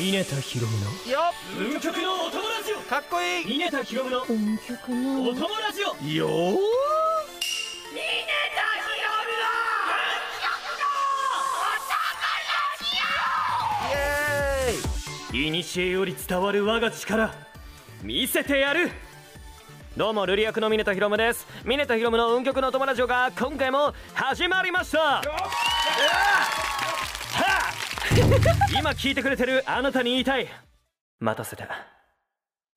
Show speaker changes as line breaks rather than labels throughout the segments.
稲田博夢の
よ
運極のお友達
っかっこいい
よ稲田博夢の
運極の
お友達よ
よーイエーイ
いにしえより伝わる我が力見せてやるどうもルリ役の峰田博夢です峰田博夢の運極の友達よが今回も始まりましたはあ今聞いてくれてるあなたに言いたい待たせた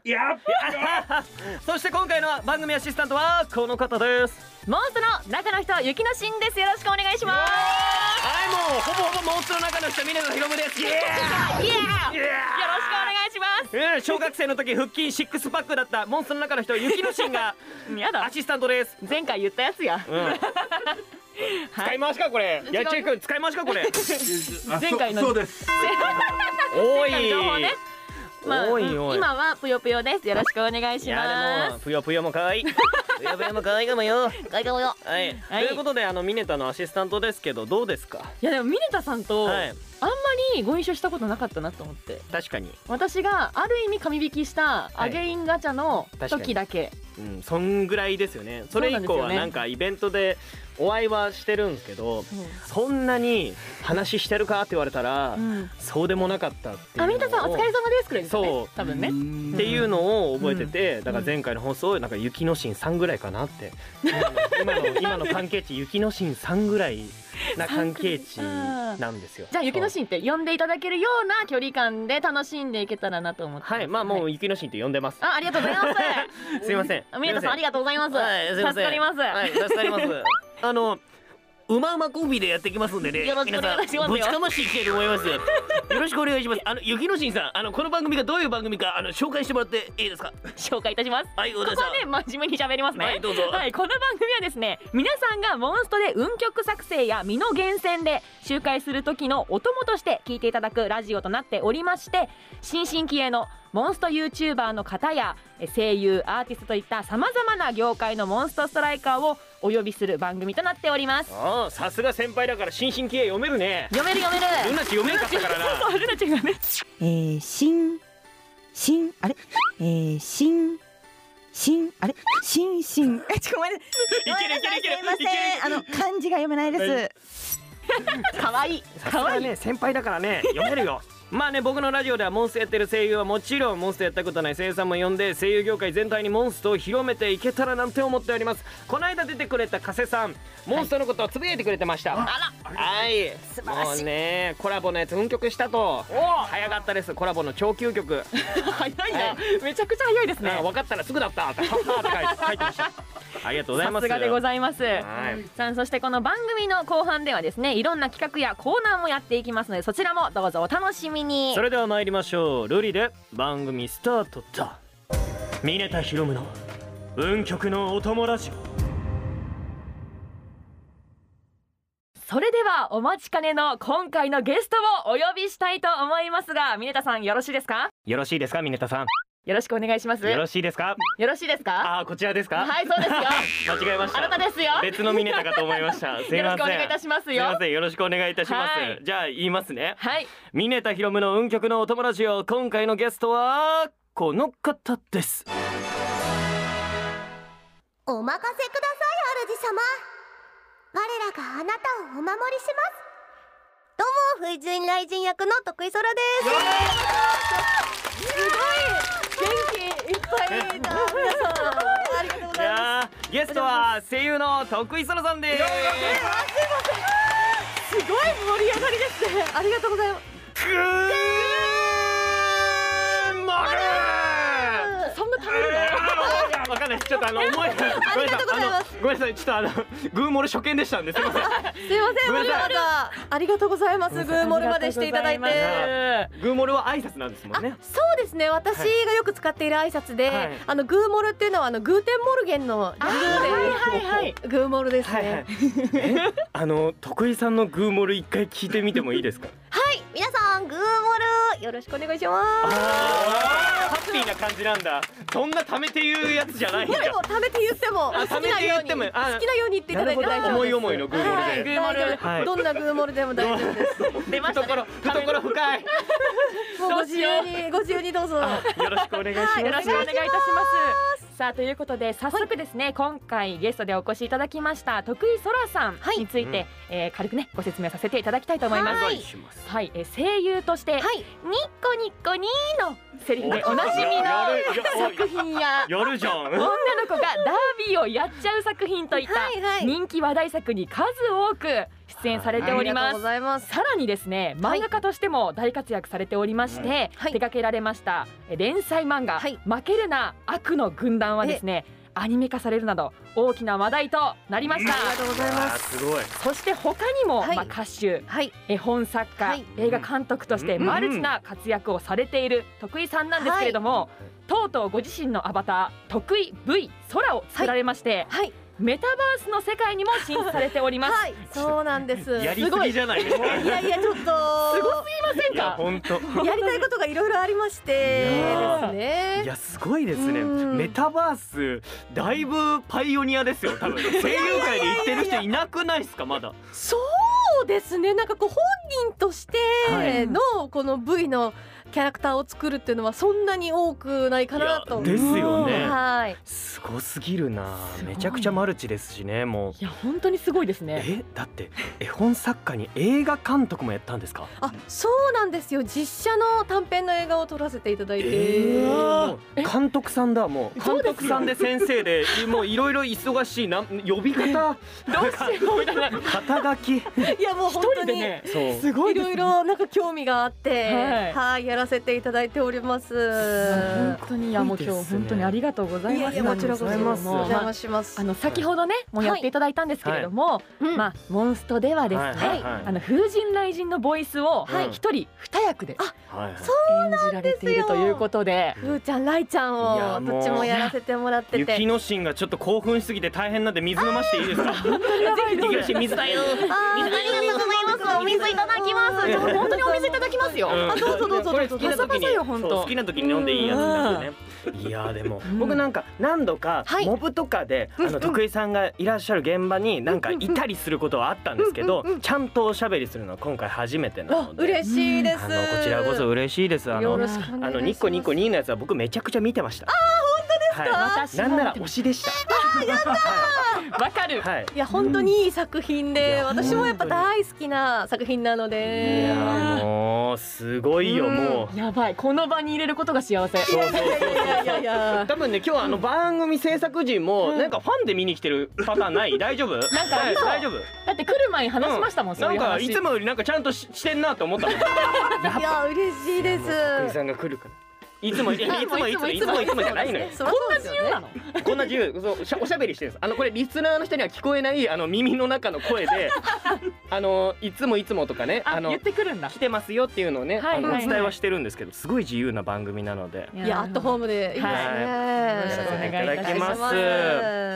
やっ
そして今回の番組アシスタントはこの方です
モンストの中の人雪のシンですよろしくお願いしま
はいもうほぼほぼモンストの中の人峰田博夢ですイエ
すイエーイ
ーイ
よろしく
エー
お願いしま
うん、小学生の時腹筋シックスパックだったモンストの中の人雪のシンが
すや
ア
だ
シスタントです、
前回言ったやつや
うん、 使い回しかこれやっちゃいくん使い回しかこれ
あ
前回の
そうそうです
おい
前回の情報ねまあ
おいおい
うん今はぷよぷよですよろしくお願い
い
し
やで
ま
も
す
ぷよぷよも可愛いぷよぷよも可愛いかもよはい、
ガイガイよはい
ということであのミネタのアシスタントですけどどうですか
いやでもミネタさんとあ
は
ん
い
まりご一緒したことなかったなと思って
確かに、
私がある意味神引きしたアゲインガチャの時だけ
うん、そんぐらいですよねそれ以降
そうなんですよ
は
ね
なんかイベントでお会いはしてるんですけどそんなに話してるかって言われたら、
うん
そうでもなかったっていう
あミネタさ
の
んお
を
疲れ様ですくらいです
そ
よね
う
多分ね
っ
ね
ていうのを覚えてて、
ん
だから前回の放送なんか雪の神さんぐらいかなって今の今の今の関係値雪の神さんぐらいな関係値なんですよ
じゃあ雪のシーンって呼んでいただけるような距離感で楽しんでいけたらなと思ってます。
はいまあもう雪の神って呼んで ます、
あ、ありがとうございます。
すいません
ミネタさんありがとうございます。
はいすいません
助かります。
はい助かりますあのうまうまコンビでやってきますんでね
よろしくお願いしますよ
皆さんぶちかましていきたいと思いますよよろしくお願いしますあの雪の神さんあのこの番組がどういう番組かあの紹介してもらっていいですか
紹介いたします。
はいお
こ
願いし
こ
ま
はね真面目に喋りますね。
はいどうぞ
はいこの番組はですね皆さんがモンストで運曲作成や身の厳選で周回する時のお供として聞いていただくラジオとなっておりまして新進気鋭のモンスト YouTuber の方やえ声優アーティストといったさまざまな業界のモンストストライカーをお呼びする番組となっております。
ああさすが先輩だから新進気鋭読める ね
読める読める
ルナチ読めんかったからな
そうそうルナちゃんがね
えー、新新あれえー、新新あれ新新えちょっとごめんなさ
いけるいけるいける
いすいませんあの漢字が読めないです
可愛い
さす
可
が
愛い
ね先輩だから ね読めるよまあね僕のラジオではモンストやってる声優はもちろんモンストやったことない声優さんも呼んで声優業界全体にモンストを広めていけたらなんて思っておりますこの間出てくれた加瀬さんモンストのことをつぶやいてくれてました、はい、
素晴らしい
もうねコラボのやつ運曲したと早かったですコラボの超級曲
早い
は
なめちゃくちゃ早いですね
あ分かったらすぐだったってはっはって書いて書いてま したありがとうございま
さ
す
すがでございます
はい
さあそしてこの番組の後半ではですねいろんな企画やコーナーもやっていきますのでそちらもどうぞお楽しみに
それでは参りましょうルリで番組スタートだ峰田博夢の運極のお供ラジオ
それではお待ちかねの今回のゲストをお呼びしたいと思いますが峰田さんよろしいですか
よろしいですか峰田さん
よろしくお願いします
よ
よ
ろしいですか
ろしいですか
ああこちらですか
はいそうですよ
間違えました
あなたですよ
別の峰田かと思いま したすい
よろ
ません
しくお願いいたします
すいま
よ
せんよろしくお願いいたします、
はい
じゃあ言いますね
はい
峰田博夢の運極のお友達よ今回のゲストはこの方です
お任せください主様我らがあなたをお守りしますどうも風神雷神役の徳井空です
元気いっぱ いだ皆さん
ありがとうご
いやーゲストは声優の徳井空さんです
すごい盛り上がりですね。ありがとうございます。
くーまる
そんな食べるの？
ーわかんないちょっとあの思いありがとうございますごめんなさいちょっとあのグーモル初見でしたんですいません
すいませ
ご
ん
め
わ
んなさい
ざわざありがとうございますグーモルまでしていただいて
グーモルは挨拶なんですもんね
そうですね私がよく使っている挨拶で、
はい
あのグーモルっていうのはあのグーテンモルゲンの略
はいはい はい。
でグーモルですね
は
はいい、
はいえあの徳井さんのグーモル一回聞いてみてもいいですか
皆さんグーモル
でよろしくお願いしま
あー
す
ハッピーな感じなんだそんなためて言うやつじゃないん
いやでも
だ
貯めて言っても
あ
好きなよ
貯めて言
うに
ってもあ
好きなように言っていただいて
なる
大
ほ
丈
ど
夫
思
で
い
す
思いのグー
は
モ
い
ル
グ
で
ーモル
大丈夫
はい
どんなグーモルでも大丈夫です
出ましたね
懐懐深い
もう
ど
ご
う
自
しよう
由にご自由にどうぞは
よろしくお願いします
はい
よろしくお願いいたします。さあということで早速ですね、今回ゲストでお越しいただきました徳井そらさんについて、
うん
えー軽くねご説明させていただきたいと思います。
は
お
い
願いします
はい、えー声優として、
い
ニッコニッコニーのセリフでおなじみの
やるや
作品や
やるじゃ
女の
ん
子がダービーをやっちゃう作品といった
はいはい
人気話題作に数多く出演されており
あ
ま
りがとうご
す。
ざいます
さらにですね
はい
漫画家としても大活躍されておりまして、
はい
手掛けられましたえ連載漫画「
はい
負けるな悪の軍団」はですねアニメ化されるなど大きな話題となりました
ありがとうござい
あ
ま
ー
す
すごい
そして他にも、
はい
まあ、歌手
はい
絵本作家、
はい
映画監督として
うん
マルチな活躍をされている徳井さんなんですけれども、とうとうご自身のアバター徳井 V 空を作られまして、
はい
メタバースの世界にも進出されております。
はいそうなんです
やり
す
す
ごい
ぎ
い
じゃないですか
やいやちょっと
すごすぎません
いや
か
本当
やりたいことがいろいろありましてです
い
ね
やすごいですね
うん
メタバースだいぶパイオニアですよ多分声優界で行ってる人いなくないですかまだ
そうですねなんかこう本人として
はい
のこの V のキャラクターを作るっていうのはそんなに多くないかなと
いやですよね
はい
すごすぎるな
すごい
めちゃくちゃマルチですしねもう
いや本当にすごいですね。
えだって絵本作家に映画監督もやったんですか
あそうなんですよ実写の短編の映画を撮らせていただいて、
もう監督さんだもう監督さんで先生でもういろいろ忙しいな呼び 方
どうしようみたいな。
肩書き
いやもう
一
本当
人で
に、
ね。
そう
すご
い
いです
ろ
ね
い。ろなんか興味があって、
は
はいい、やらせていただいております。
本当にいやもう
すごいで
今日
すね
本当にありがとうござい
い
ま
やい
す。
やもちろんこ
ご
そ
ざ
お
います
邪
ま
魔します。
あの先ほどねもうやっていただいたんですけれども、
うん
まあモンストではですね、
はいはいはい
あの風神雷神のボイスを
はい
一人二役で
はいはい
演じられているということで、
ふーちゃん、らいちゃん
いや
を
もう
どっちもやらせてもらって
雪
て。
のシーンがちょっと興奮しすぎて大変なんで水飲ましていいですか
ぜひぜひ
水だよ
あーありがとうございます。お水いただきます。
いや
本当にお水いただきますよ。
うん
あどうぞどうぞ
これ
どうぞ
好きな時
パサパサ
に
よほんと
そう好きな時に飲んでいいやつなんですよねいやーでも
ん
僕なんか何度か
はい
モブとかであの徳井さんがいらっしゃる現場になんかいたりすることはあったんですけどちゃんとおしゃべりするのは今回初めてな
あ
の、で
嬉しいです。
あのこちらこそ嬉しいですあ
よ
の
ろしくお願いします。
あのニッコニッコニーのやつは僕めちゃくちゃ見てましたあー本当です
私
なんなら
も
推しでした
わかる。
はい
いや本当にいい作品で、
うん
私もやっぱ大好きな作品なの
い
で。
やーもうすごいよ
うん
もう
やばいこの場に入れることが幸せ。
そうそうそう
いやいやいや。
多分ね今日あの番組制作陣もなんかファンで見に来てるパターン ない大丈夫
なんか
はい
そう
大丈夫
だって来る前に話しましたもん、そう
ないん
う
か
話。
いつもよりなんかちゃんとししてんなと思ったもん
いや嬉しいです。
徳井さんが来るからいつもいやいつもいつもいつもいつもじゃないのよ
そりゃそうですよね
自由なの。
こんな自由そうしゃおしゃべりしてるんですあのこれリスナーの人には聞こえないあの耳の中の声 であのいつもいつもとかね
あ
あの
言ってくるんだ
来。てますよっていうのをね、
はいはいは
あ
い
のお伝えはしてるんですけどすごい自由な番組なので
いやアットホームでいいですね。
いよろしくお願いいたします
お願いしま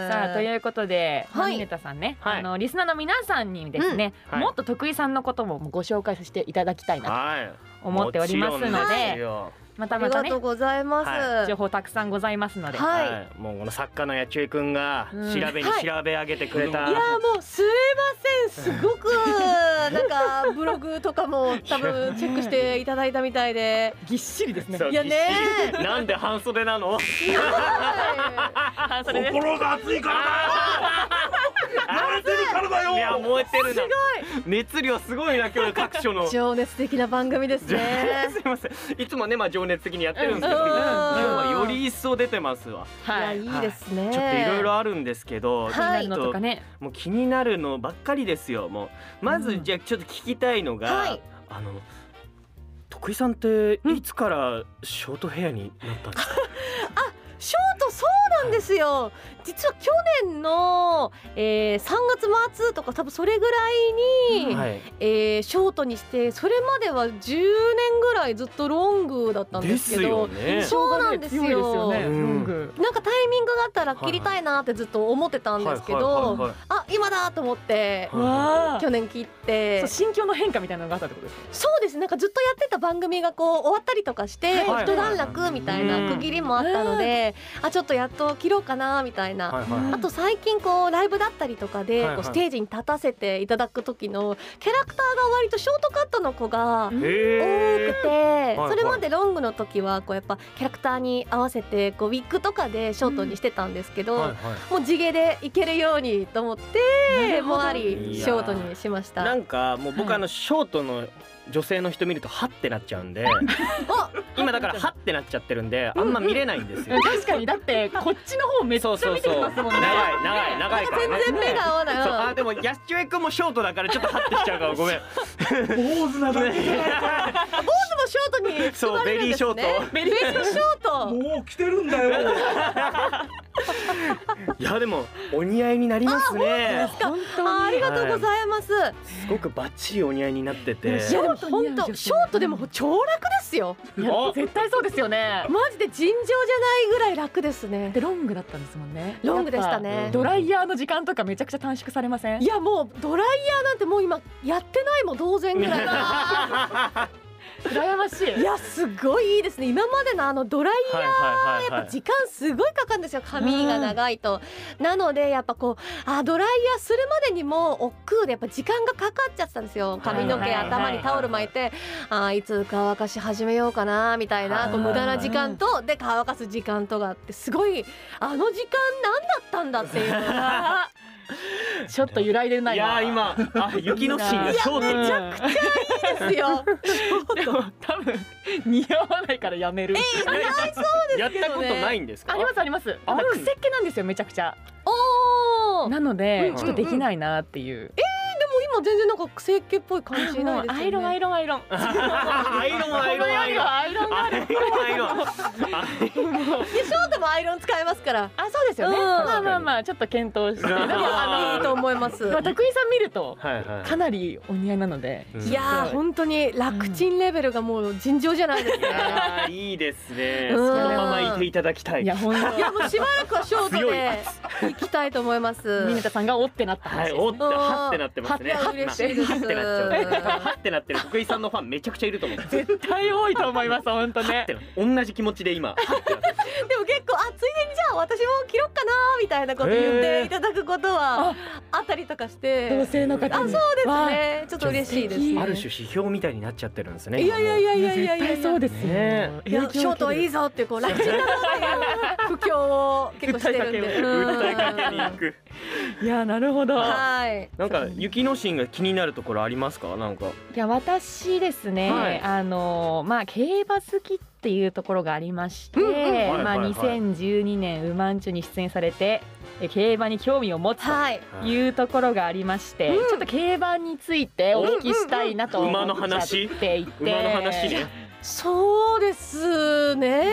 す
さあということで、
は
マ
い
ミネタさんね、
はい
あのリスナーの皆さんにですね、
うんはい
もっと徳井さんのこともご紹介させていただきたいな
はい
と思っております
も
ので、
ちろんすよ
また
あ
ま
り
た
が
ね
とうございます。
は
情報たくさんございますので、
はい
はい、もうこの作家のやちゅえくんが
うん
調べに
はい
調べ上げてくれた、
いやもうすいませんす ごくなんかブログとかも多分チェックしていただいたみたいで
ぎっしりですね
そう
いやね
なんで半袖な の
は
あそれです
心が熱いからだよ慣れてるからだよ
いや燃えてるな熱量すごいな今日各所 の
い情熱的な番組ですね
すいませんいつもねまあ情熱的にやってるんですけど、
うん
今日はより一層出てますわ
い
は
や
い
いいですね
ちょっといろいろあるんですけど、
はい
気になるのとかね、
もう気になるのばっかりですよもうま
う
ず
ん
じゃあちょっと聞きたいのが、
はい
あの徳井さんっていつからショートヘアになったんですか、
ショートそうなんですよ実は去年の、えー、3月末とか多分それぐらいに、
はい、
えーショートにしてそれまでは10年ぐらいずっとロングだったんですけど
ですよね。
そうなんですよ
強いですよね、
うん
ロング
なんかタイミングがあったら切りたいなってずっと思ってたんですけど
はいはいはいはい
あ今だと思って
わあ
去年切 って
そう心境の変化みたいなのがあったってことですか
そうですなんかずっとやってた番組がこう終わったりとかして
はい
一段落みたいな区切りもあったのであちょっとやっと切ろうかなみたいな。
はいはい
あと最近こうライブだったりとか
は
で
いは
こ
いう
ステージに立たせていただく時のキャラクターが割とショートカットの子が
多く
多くて
はい
それまでロングの時はこうやっぱキャラクターに合わせてこうウィッグとかでショートにしてたんですけどもう地毛でいけるようにと思ってもうありショートにしました。
なんかもう僕あのショートの女性の人見るとハッてなっちゃうんで今だからハッてなっちゃってるんであんま見れないんですよ。
確かにだってこっちの方めっちゃ
そうそう
見て
そう
き
長い
ますもんね
長い長いからね。
全然目が合わない。
そうあでもやっちゅえくんもショートだからちょっとハッてしちゃうかもごめん。
坊主なだけ
でもショートに含
そう
ま
ベ
れるん
リー
で
シ
す
ョート
ね。ベリーショート。
もう来てるんだよ
いやでもお似合いになりますね。
本
あありがとうございます。
すごくバッチリお似合いになってて。
いやでも本当ショートでも超楽ですよ。
いや
お
絶対そうですよね
マジで尋常じゃないぐらい楽ですね。
でロングだったんですもんね
ロングでしたね。
ドライヤーの時間とかめちゃくちゃ短縮されません
いやもうドライヤーなんてもう今やってないも同然ぐらいな。
羨ましい
いやすごいいいですね。今までのあのドライ
はいはい
やっぱ時間すごいかかるんですよ髪が長いと。なのでやっぱこうあドライヤーするまでにも億劫でやっぱ時間がかかっちゃってたんですよ髪の
はい
毛
はいはい
頭にタオル巻いてあいつ乾かし始めようかなみたい
はい
なこう無駄な時間とで乾かす時間とがあってすごいあの時間何だったんだっていうの が
ちょっと揺らいでないい
や
な
ー今あ雪のシーンがショートに
めちゃくちゃ
ですよ。
でも多分似合わないからやめる
やったことないんですか。
ありますあります
あ
あ
る
癖っ気なんですよめちゃくちゃ
おーで
なので
うん
ちょっとできないなっていう
も今全然なんか整形っぽい感じ
も
な
う
いです
ア
よ
イロンア
ね。
イロンアイロン
アイロンアイロンアイロン。
アイロンがあ
ア
る
イロンアイロン。
いやショートもアイロン使えますから。
あそうですよね
うん
まあまあまあちょっと検討してでも
い
あ
いと思います
の。まあ徳井さん見ると
はいは
かなりお似合いなので
い。
いやー本当に楽ちんレベルがもう尋常じゃないですね。
あーいいですね。
うん
そのままいていただきたい。
いや
は
ほんと
いやもうしばらくはショート
強い
で行きたいと思います。
ミネタさんがおってなった話
い、
です
おって、
うん
はってなってますね。
はっては嬉しいです
まあはってなっちゃう。はってなってる、徳井さんのファンめちゃくちゃいると思う。絶
絶対多いと思います本当ね
対、同じ気持ちで今。はってなってる
でも結構あついでにじゃあ私も切ろっかなーみたいなこと言っ
へ
て
ー
いただくことはあったりとかして。
同性の方に
あそうですね。ちょっと嬉しいですね。
ある種指標みたいになっちゃってるんですね。
いやいやい
や。
やいやいやいや
絶対そうですよ
ね
いやショートいい
ぞ
ぞってこう楽ちんだぞっていう不況を結構してるんで。
訴えかけに行
うん
く。
いやなるほど
はい。
なんか、雪のシーンが気になるところありますか、なんか。
いや私ですね、
はい
あのまあ競馬好きっていうところがありまして、
うんうん
はい
ま
は
あ
いはい
2012年ウマンチュに出演されてえ競馬に興味を持つ
はい。
というところがありまして、
うん
ちょっと競馬についてお聞きしたいなと思
馬の
っ
話
ちゃっていて、
馬の話ね。
そうですね。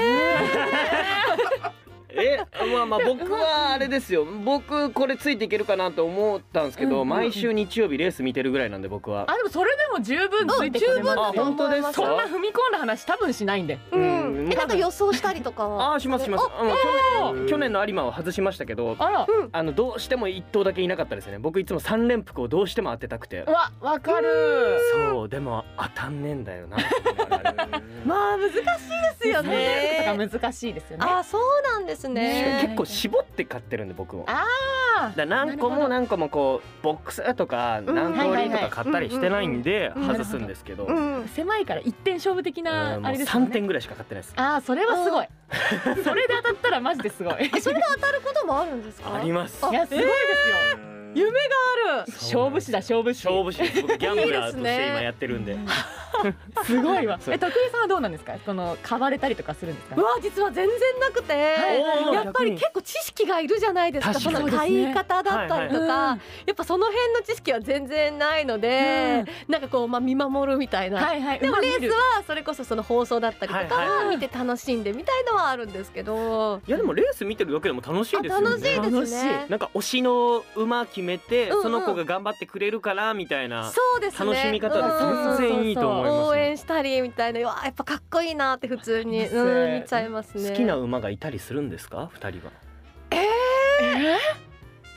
えまあまあ僕はあれですよ僕これついていけるかなと思ったんですけど、
うんうんうん
毎週日曜日レース見てるぐらいなんで僕は
あでもそれでも十分ついてくれます
あ
だと
本
思
当
い
です
ます
か
そんな踏み込んだ話多分しないんで
うん
うん
えなんか予想したりとかは
ああしますしますあの去年去年の有馬は外しましたけど
あら
あのどうしても一頭だけいなかったですね僕いつも三連服をどうしても当てたくて
うわわかる
そうでも当たんねえんだよ な
まあ難しいですよ
ね
ね。
とか難しいですよね
あ、そうなんですね。
結構絞って買ってるんで僕も
あー
だから何個も何個もこうボックスとか何通りとか買ったりしてないんで
うん
はいはい
外すんですけど、
うん。
狭いから一点勝負的な
うんも
あ
う
れですよね
3点ぐらいしか買ってないです
ああそれはすごいそれで当たったらマジですごいい
えそれで当たることもあるんですか。
あります
やすごいですよ
夢がある
勝負師だ勝負師
勝負師です僕ギャンブラーとし
いいです
て
ね
今やってるんです
ごいわ
そう
え徳井さんはどうなんですかこの買われたりとかするんですか
うわ実は全然なくて、
いおー
やっぱり結構知識がいるじゃないですか
確か
そ
に
の買い方だったりとか、
はい
はいうん
やっぱその辺の知識は全然ないので、なんかこう、まあ、見守るみたいな、
はいはい
でも
まあ
レー
見
ス
る
はそれこそその放送だったりとか
はいは
は見て楽しんでみたいのはあるんですけど、
いやでもレース見てるだけでも楽しい
あ
ですよね
楽しいです
楽しい
ね
なんか推しの馬決めて、
うんうん
その子が頑張ってくれるからみたいな
そうですね
楽しみ方
うん
で全然いいと思います
応援したりみたいなうわやっぱかっこいいなって普通に、
です
うん、見ちゃいますね
好きな馬がいたりするんですか二人は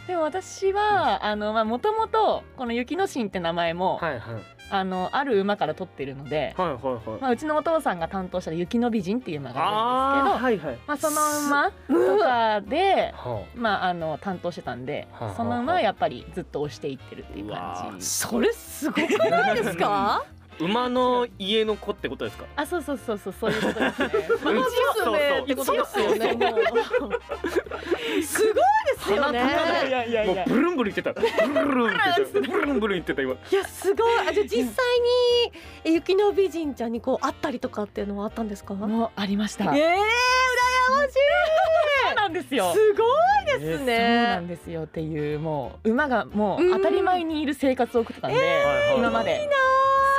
でも私はあのまあもともとこの雪の神って名前も
はいはいはい
あのある馬から取ってるので
はいはい
まあうちのお父さんが担当した雪の美人っていう馬があるんですけど
あーはいはい
まあ、その馬とかで、
は
まあ、あの担当してたんで
はあ
その馬はやっぱりずっと押していってるっていう
う
感
わ
じ
それすごくないですか
あ馬の家の子ってことですか
あそうそうそうそうそういうことですね
う
馬
ん
娘ってことですよねもうすごいですよね
鼻高
いやいやい
もう
や
ブルンブルン言ってたブルンブルン言ってたブルンブルン言ってた今
いやすごいあじゃあ実際にえ雪の美人ちゃんにこう会ったりとかっていうのはあったんですか
もうありました
ええ羨まし
そうなんですよ
い
そう
すごいです
な
ね
んですよっていうもう馬がも
う
うん当たり前にいる生活を送ってたんで、今までそ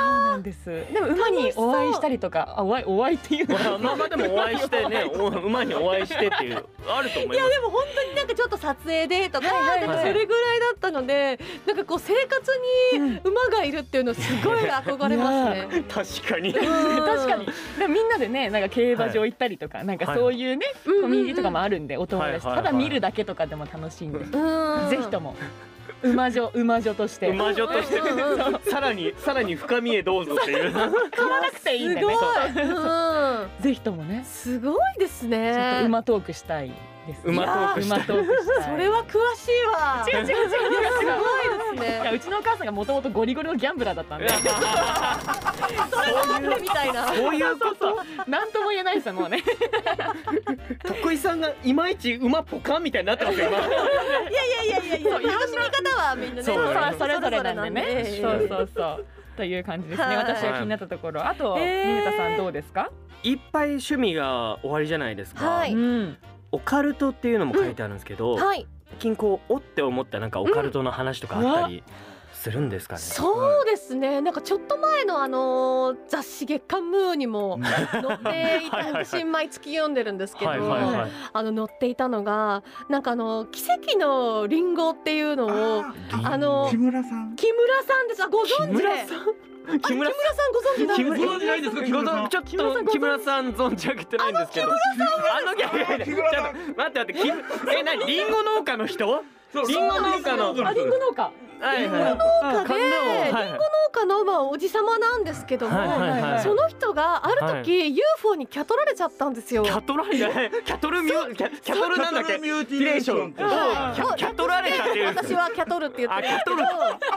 うなんですでも馬にお会いしたりとかあお会いお会いっていうの
まあまあまあでもお会いして ねお馬にお会いしてっていうあると思
い
い
や
ます
でも本当になんかちょっと撮影でとか
はい
な
は
は
い
ん
い
かそれぐらいだったのでなんかこう生活に馬がいるっていうのすごい憧れますね。
確かに
うん
確かにでもみんなでねなんか競馬場行ったりとか、なんかそういうね、
うん
コミュニティとかもあるんでお友達と、
はいはいは
た
い
だ見るだけとかでも楽しいんで、
うん
ぜひとも馬女馬女とし て
馬女としてさらにさらに深みへどうぞって いう
買わなくていいんでね
すごい、うん、
ぜひともね
すごいです
ちょっと
ね。
馬トークしたいです
馬トークしたい
いや馬トークしたい
それは詳しいわ。
違う違う違う違う
すごいです
いや
ね。
うちのお母さんがもともとゴリゴリのギャンブラーだったんで
あってみたいな。
こういうこと
何とも言えないですよもうね
徳井さんがいまいち馬ポカンみたいになってますよ
いやいやいやいやいや。楽しみ方はみんなね。
そう
そう
ね
それぞれなんでね
そ
そうう
そ。
そううそうという感じです
はい
ね私は気になったところあと
えー
ミネタさんどうですか
いっぱい趣味が終わりじゃないですか、
はい
うん
オカルトっていうのも書いてあるんですけど、
はい。
最近こうおって思ったなんかオカルトの話とかあったりするんですかね、
そうですね。なんかちょっと前のあのー雑誌月刊ムーにも載ってい
はいはいは
た
い
新米月読んでるんですけど、
はいはいはい
あの載っていたのがなんかあの奇跡のリンゴっていうのをあの
木村さん
木村さんですあご
木
存知
村さ
あ
ん木
木
村
村
さ
さんご存知
ん
な
木
んです
村
か
さんじゃないですか
木村さん
ちょっと木村さん存じ上げてないんですけどあの木村さんちょっ
村さん
と待って待って木え何リンゴ農家の人は
そう
リンゴ農家の
そうなん
あ
です
リン
よ
ゴ農家
い
リンゴ
はい
農家で
はいはい
農家のまあおじさまなんですけども、
はいはいはい
その人がある時、UFO にキャトられちゃったんですよ。
キャトラじゃないキャトルミューキャキャトルなんだっけ
キャトルミューテ
キ
ィ
ャトルミューティレ
レ
ー
ー
シ
シ
ョ
ョ
ン
ン
とキャキャトられたっていう
私はキャトルって言っ
あ
て
キ
るんで
ャ
すけ
トル
ど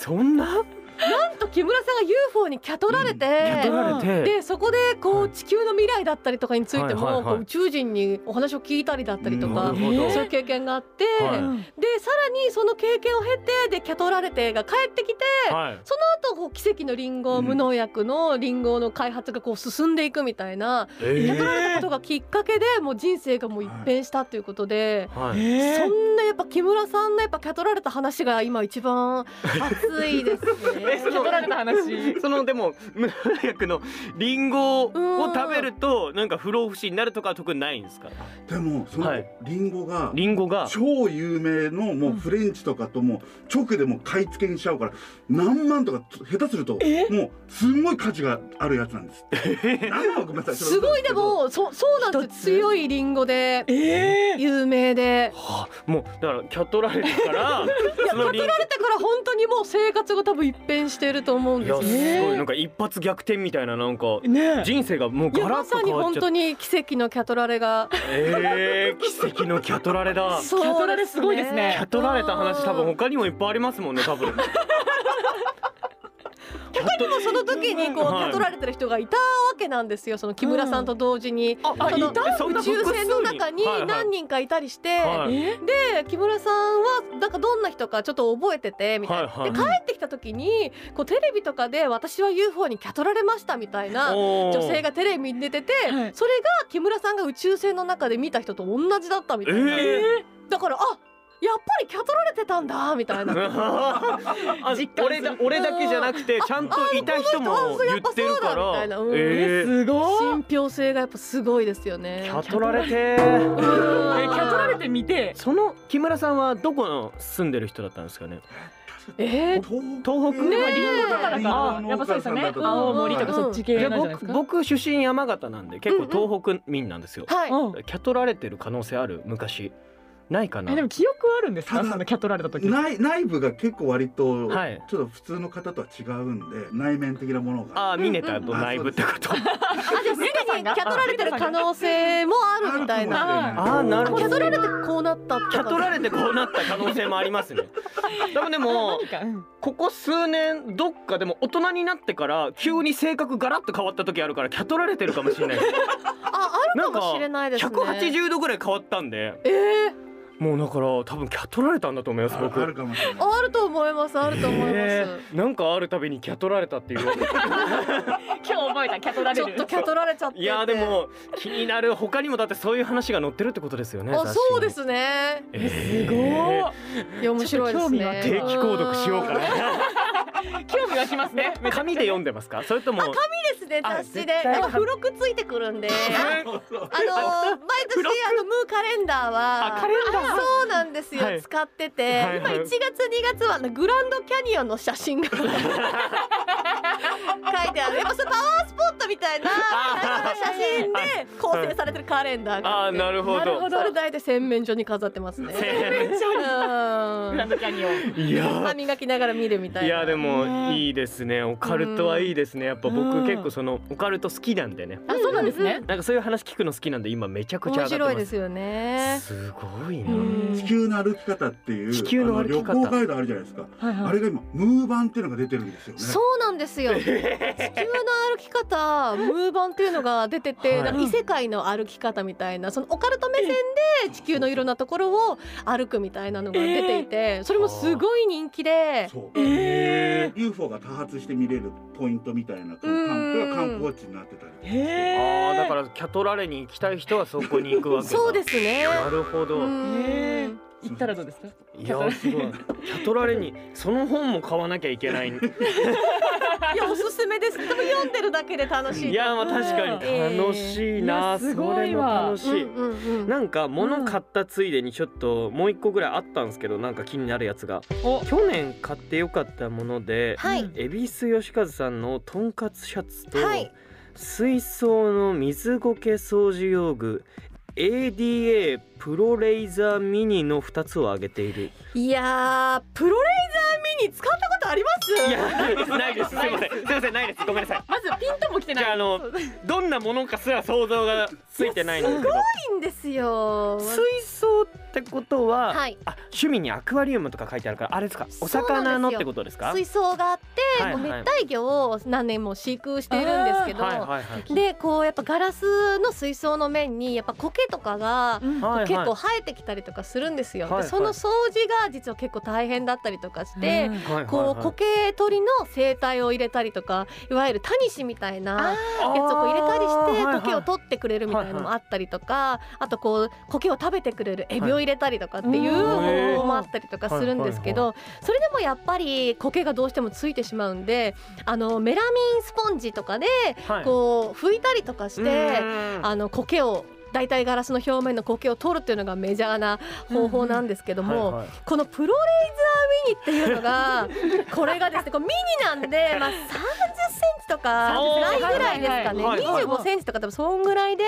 そんな
なんと木村さんが UFO にキャトられて、
キャトられて
でそこでこう地球の未来だったりとかについても、
はいはいはい
こう宇宙人にお話を聞いたりだったりとか、
なるほど
そういう経験があって、
はい
でさらにその経験を経てでキャトられてが帰ってきて
はい
あとこう奇跡のリンゴ無農薬のリンゴの開発がこう進んでいくみたいな、
え
キャトられたことがきっかけでもう人生がもう一変したということで。
はい
そんなやっぱ木村さんのやっぱキャトられた話が今一番熱いです
え
ね
そ。
キャトられた 話
そのでも村役のリンゴを食べるとなんか不老不死になるとかは特にないんですか
でもそ
は
の
い
リンゴが
リンゴが
超有名のもうフレンチとかともう直でもう買い付けにしちゃうから何万とか下手するともうすんごい価値があるやつなんですって。何万ごめんなさい。
すごいでもそそうなんですよ強いリンゴで有名で
はあもうだからキャトられた からそのリン
取られてから本当にもう生活が多分一変してると思うん
い
で
や
すね。
すごいなんか一発逆転みたいななんか
ね
人生がもう
いや
ガラ
ま
ッと
さに
変わっ
本
ちゃ
当
った
に奇跡のキャトラレが
えー、奇跡のキャトられだ
そう
キャトラレすごいですね
キャトられた話多分他にもいっぱいありますもんね多分
他にもその時にこう
はい
パトられてる人がいたわけなんですよその木村さんと同時に、
ああ
その
いたそんな
宇宙船の中に何
人
人かいたりして、
はい
で木村さんはなんかどんな人かちょっと覚えててみたいな、
はいはい
で帰ってきた時にこうテレビとかで私は UFO にキャトられましたみたいな女
女
性がテレビに出てて、
はい
それが木村さんが宇宙船の中で見た人と同じだったみたいな、
え
だからあやっぱりキャトられてたんだみたいな。
あ
実感する
俺だ俺だけじゃなくてちゃんといた人も言ってるか
あこの人あそうやっぱそうだみ
ら
たいなうん
えー
すごい
信憑性がやっぱすごいですよね。
キャトられて
えキャトられてみて
その木村さんはどこの住んでる人だったんですかね
えー
東北
ねえ
まあリンゴ
だからか
あ
やっぱそうですよね
うん
青森とかそっち系
い
な
や
んじゃないです
僕
か
僕出身山形なんで結構
うんう
東北民なんですよ、
はい。
うん
キャトられてる可能性ある昔ないかな
えでも記憶はあるんですか
ただ
そのキャトられた時
内内部が結構割と、
はい
ちょっと普通の方とは違うんで内面的なものが
ああミネタと内部ってこと、
あじゃあすでにキャトられてる可能性もあるみたいな。
あるかもしれ
ああなるほ
キ
ど
ャトられてこうなったって
キャトられ
て
てこうなった可能性もありますねでもでも
何かうん
ここ数年どっかでも大人になってから急に性格ガラッと変わった時あるからキャトられてるかもしれない
ああるかもしれないですね。
180度ぐらい変わったんで
ええ
もうだから多分キャトられたんだと思います
ある
僕
かもしれない
あると思いますあると思います。
えーなんかあるたびにキャトられたって いう
今日覚えたキャトら
ち
れ
ょっ
る
とキャトられちゃってて。
いやーでも気になる他にもだってそういう話が載ってるってことですよね
あ
雑誌に
そうですね。
え
すごい
ー
いや面白いです
ちょっ
ね。
と
定期購読しようか
んいい
な
興味湧きますね
紙で読んでますかそれとも
ですね雑誌で。
あ絶対
でも付録ついてくるんで。あ
そうそう
のー毎年あのムーカレンダーは。
あカレンダー
そうなんですよ、
はい
使ってて、
はいはい
今1月2月はあのグランドキャニオンの写真が 書いてあるやっぱそのパワースポットみたいな
あー
写真で構成されてるカレンダーが
あ
あ
あ
って
なるほ
なるほ
ど
ど
それ大体洗面所に飾ってますね。うん
グランドキャニオン
いやー
歯磨きながら見るみたいな。
いやでも
ね
いいですねオカルトはいいですねやっぱ
う
僕
ん
結構そのオカルト好きなんでね
あそうなんですね
なんかそういう話聞くの好きなんで今めちゃくちゃ
面
上がっ
白
て
い
ま
ですすよね。
すごいな
うん
地球の歩き方っていう
地球の歩き方
あ旅行ガイドあるじゃないですか、
はいはい
あれが今ムーバンっていうのが出てるんですよね
そうなんで すよ。地球の歩き方、ムーバンっていうのが出てて、
はい
なんか異世界の歩き方みたいな、そのオカルト目線で地球のいろんなところを歩くみたいなのが出ていて、それもすごい人気で、
そう
え
UFO が多発して見れるポイントみたいなこ
う
の
ん
観光が観光地になってたり
ーへ
あ
ー
ーだからキャトラレに行きたい人はそこに行くわけだ
そうですね。
なるほど、
うん
へー行ったらどうですか
いやすごいキャトラレにその本も買わなきゃいけない
いやおすすめです。でも読んでるだけで楽しい。
いやまあ確かに楽しいな、
えーいやすごいわ
それも楽しい、
うんうんうん。
なんか物買ったついでにちょっともう一個ぐらいあったんですけどなんか気になるやつが
お
去年買ってよかったもので
はい。
恵比寿吉和さんのとんかつシャツと、
はい
水槽の水苔掃除用具 ADA プロレイザーミニの2つをあげている
いやープロレイザーミニ使ったことあります？
いやないですすいませんすいませんないですごめんなさい
まずピンとも来て
じゃあ
な
あ
い
のどんなものかすら想像がついてないんですけど
いいんですよ。
水槽ってことは、
はい
あ趣味にアクアリウムとか書いてあるからあれですかお
そうな
魚
ん
のっ
ですよ
てことですか
水槽があって、
はいはい
もう熱帯魚を何年も飼育しているんですけど、
はいはいはい
でこうやっぱガラスの水槽の面にやっぱ苔とかが
うん
はいはい
結構生えてきたりとかするんですよ。
はいはい
でその掃除が実は結構大変だったりとか
う
して。
は
ん
いはいはい
こう苔取りの生態を入れたりとかいわゆるタニシみたいなやつをこう入れたりして苔を取ってくれるみたいなのもあったりとかあとこう苔を食べてくれるエビを入れたりとかっていう方法もあったりとかするんですけどそれでもやっぱり苔がどうしてもついてしまうんであのメラミンスポンジとかで
はい
こう拭いたりとかし
う
て
ーん
あの苔を大体ガラスの表面の苔を取るっていうのがメジャーな方法なんですけども。
はいはい
このプロレイザーミニっていう のがこれがですねこうミニなんで、まあ、30センチとか
おー
ないぐらいですかね、
はいはいはい
25センチとか多分そんぐらいで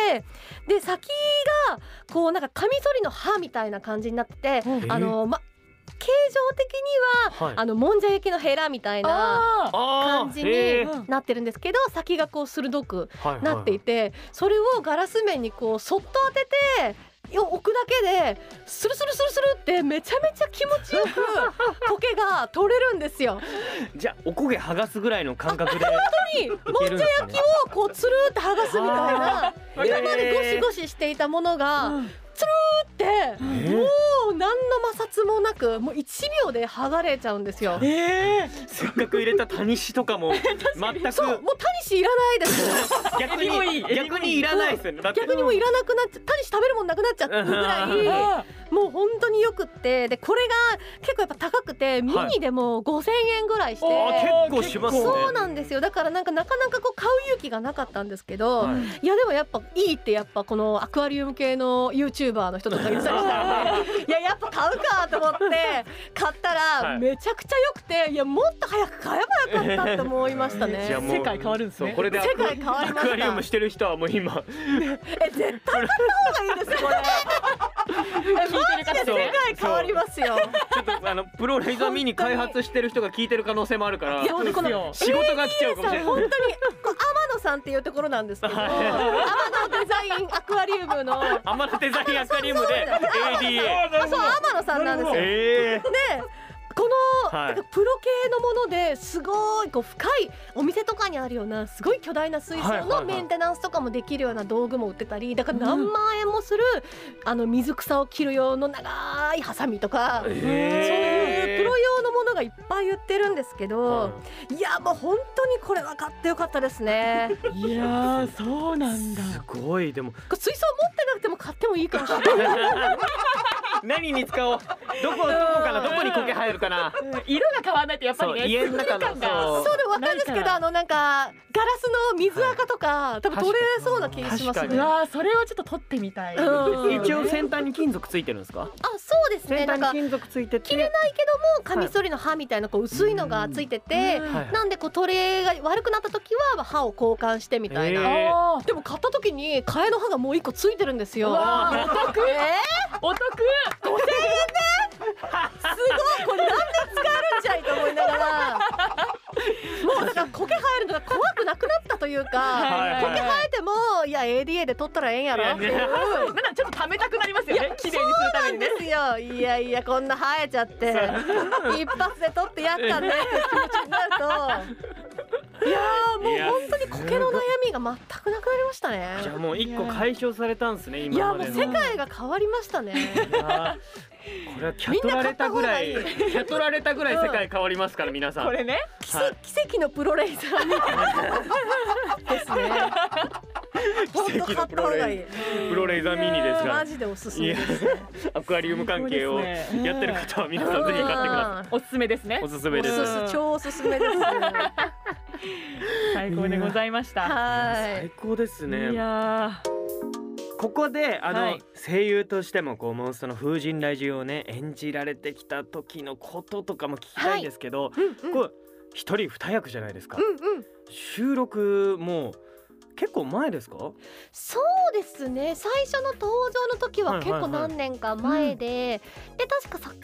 で先がこうなんかカミソリの刃みたいな感じになっててあのま形状的に
はい
あのもんじゃ焼きのヘラみたいな
あー
あー
感じに
へー
うん
なってるんですけど先がこう鋭く
はいはい
なっていてそれをガラス面にこうそっと当てて置くだけでスルスルスルスルってめちゃめちゃ気持ちよく苔が取れるんですよ。
じゃあおこげ剥がすぐらいの感覚で
にも
い
ん
けるん
じ
で
ゃ
すか
焼きをこうつるーって剥がすみたいな
あー
今までゴシゴシしていたものがつるーって
え
もう何の摩擦もなくもう1秒で剥がれちゃうんですよ。
えー、せっかく入れたタニシとかも全く
そうもうタニシいらない です。
逆
エビもいい
に逆にいらないですよねだって
逆にもういらなくなっちゃタニシ食べるもんなくなっちゃった ぐらいもう本当によくってでこれが結構やっぱ高くてミニでも5000円ぐらいして、
あー結構しますね
そうなんですよだからなんかなかなかこう買う勇気がなかったんですけど、
はい
いやでもやっぱいいってやっぱこのアクアリウム系の YouTuber の人とか言ってたりした んでいややっぱ買うかと思って買った
はい
らめちゃくちゃ良くていやもっと早く買えばよかったと思いましたね。
じゃあもう
世界変わるんですね
そうこれでアク
世界変わりました
アクアリウムしてる人はもう今
え絶対買った方がいいですこれ。えマジで世界変わりますよ。
ちょっとあのプロレザーミニ開発してる人が聞いてる可能性もあるから
いやこの
仕事が来ちゃうかもし
さ
れ
ん
な
本
い
当にこう天野さんっていうところなんですけど、
はい
天野デザインアクアリウムのあ
アマラデザインアクアリウムで ADA
そう天野さんなんですよ。で
ええ
この、
はい
なんかプロ系のものですごいこう深いお店とかにあるようなすごい巨大な水
はい
槽
はいは
の
い
メンテナンスとかもできるような道具も売ってたりだから何万円もする、あの水草を切る用の長いハサミとか、
え
そう
え
いうプロ用のものがいっぱい売ってるんですけど、い、やもう本当にこれは買ってよかったです ねこ
いやーそうなんだ
すごいでも
れ水槽持ってなくても買ってもいいかもしれない
何に使おうどこどこかなどこに苔生えるかな
色が変わらないとやっぱり
そ
ね
う家の中の
空間が
そう
そうでもわかるんですけ
ないか
ど
ら
あのなんかガラスの水垢とか、多分取れそうな気がし
確
ます
か
う
に
ね
わーそれをちょっと取ってみたい、
うん
一応先端に金属ついてるんですか
あそうです
先
ねなん
端に
か切れ
金属ついてて
ないけどもカミソリの刃みたいなこう薄いのがついてて、
うん
はい
なんでこうトレーが悪くなった時は歯を交換してみたいな、
えー
あー
でも買った時に替えの歯がもう一個ついてるんですよ
うわーお得
えー
お得
すごいこれなんで使えるんじゃいと思いながらもうだから苔生えるのが怖くなくなったというか
はいはい
苔生えてもいや ADA で取ったらええんやろっていう。
なんならちょっと貯めたくなりますよね綺麗にするためにね
ですよいやいやこんな生えちゃって一発で取ってやったねっていう気持ちになるといやー
いや
もう本当に苔の悩みが全くなくなりましたね
じゃあもう一個解消されたんですね
いや
今ま
もう
での
世界が変わりましたね
あーこれはキャトられたぐらい
みんな買
キャトられたぐらい世界変わりますから皆さん
これね
奇跡奇跡のプロレイザーみたいなですね本当買った方がいい
プロレーザーミニです
いやー
が
マジでおすすめです
アクアリウム関係を
そうですね
やってる方は皆さんぜひ買ってくださ
おすすめですね
いおすすめです
おすす超おすすめです
最高でございました
は
最高です
い
ね
や
ここであの、
はい
声優としてもこうモンストの風神雷神をね演じられてきた時のこととかも聞きたいんですけど、こう一人二役じゃないですか、
いうんうん
収録もう結構前ですか
そうですね最初の登場の時は結構何年か前で、で確か昨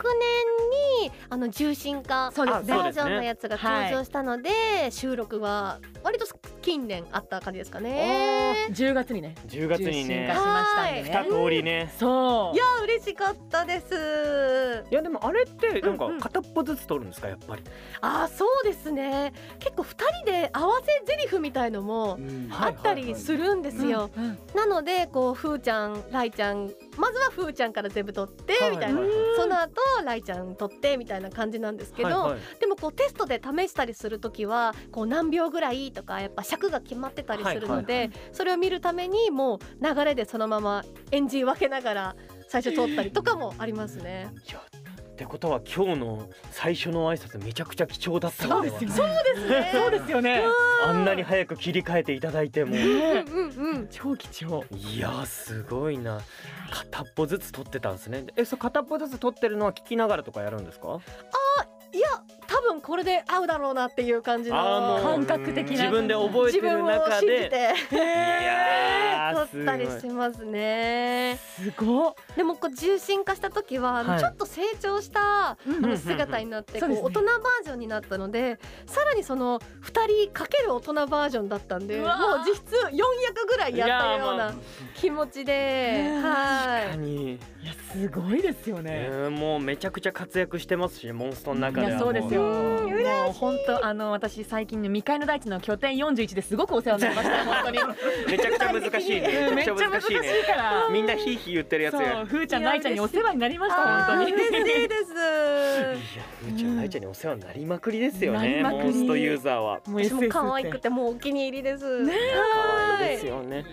年にあの重心化
そうですね
バージョンのやつが登場したので、収録は割と近年あった感じですかね
ー。10月にね
10月に
重心化し
ね
ましたんで
二
ね
通りね
そう
いや嬉しかったです。
いやでもあれってなんか
うんうん
片っぽずつ撮るんですかやっぱり、
あーそうですね結構二人で合わせ台詞みたいのも
うん
あったりするんですよ。
うんうん
なのでこうふーちゃんらいちゃんまずはふーちゃんから全部取って
はい
みたいな、
はいはい
その後らいちゃん取ってみたいな感じなんですけど、
はいはい
でもこうテストで試したりする時はこう何秒ぐらいとかやっぱ尺が決まってたりするので、
はいは
それを見るためにもう流れでそのまま演じ分けながら最初取ったりとかもありますね。
いやってことは今日の最初の挨拶めちゃくちゃ貴重だったのでは
そう
ですね
そうですよね
あんなに早く切り替えていただいても
ね
うんうん、
超貴重
いやすごいな片っぽずつ撮ってたんですねえそう片っぽずつ撮ってるのは聞きながらとかやるんですか
いや多分ここれで合うだろうなっていう感じの
あーもう
感
感覚的な
自分で覚えて
自分
る
を
中
信じ
で
て
いやー
撮ったりし
す
ますね
すごっ
でもこう重心化した時は、あの
はい
ちょっと成長したあ
んうんう
の
ん
姿になって、
そうですね
こう大人バージョンになったのでさらにその2人かける大人バージョンだったんで
う
もう
わー
実質4役ぐらいやったよう
いやー
な気持ちで、
ね
ごい
はい。
何
いやすごいですよね
えーもうめちゃくちゃ活躍してますしモンストの中
い
では
やそうですよ。
も
もう本当あの私最近の未開の大地の拠点41ですごくお世話になり ました本当に。
めちゃくちゃ難しいね
うんめっちゃ難しいから。
みんなヒーヒー言ってるやつ
そ、
やいう
ふーちゃん、ないちゃんにお世話になりました、
あー
本当に。
嬉しいで
や
す。
ふ ーちゃんないちゃんにお世話になりまくりですよね
なりま
モ
くり
ンストユーザーは
も
私も
SS
可愛くてもうお気に入りです。
ね
可
は
愛い
い
ですよね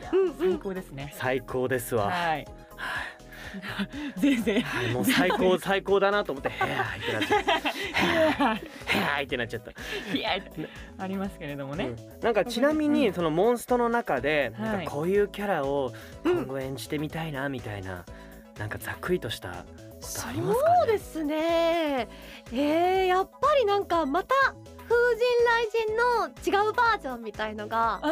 最高ですね。
最高ですわ
はい。全然。
はいもう最高最高だなと思ってへーってなっちゃったへーってなっちゃった
いや、ありますけれどもね。
うんなんかちなみにそのモンストの中で
はい
なんかこういうキャラを今後演じてみたいなみたいななんかざっくりとしたことありますかね
そうですね。えー、やっぱりなんかまた風神雷神の違うバージョンみたいのがあ
あ
った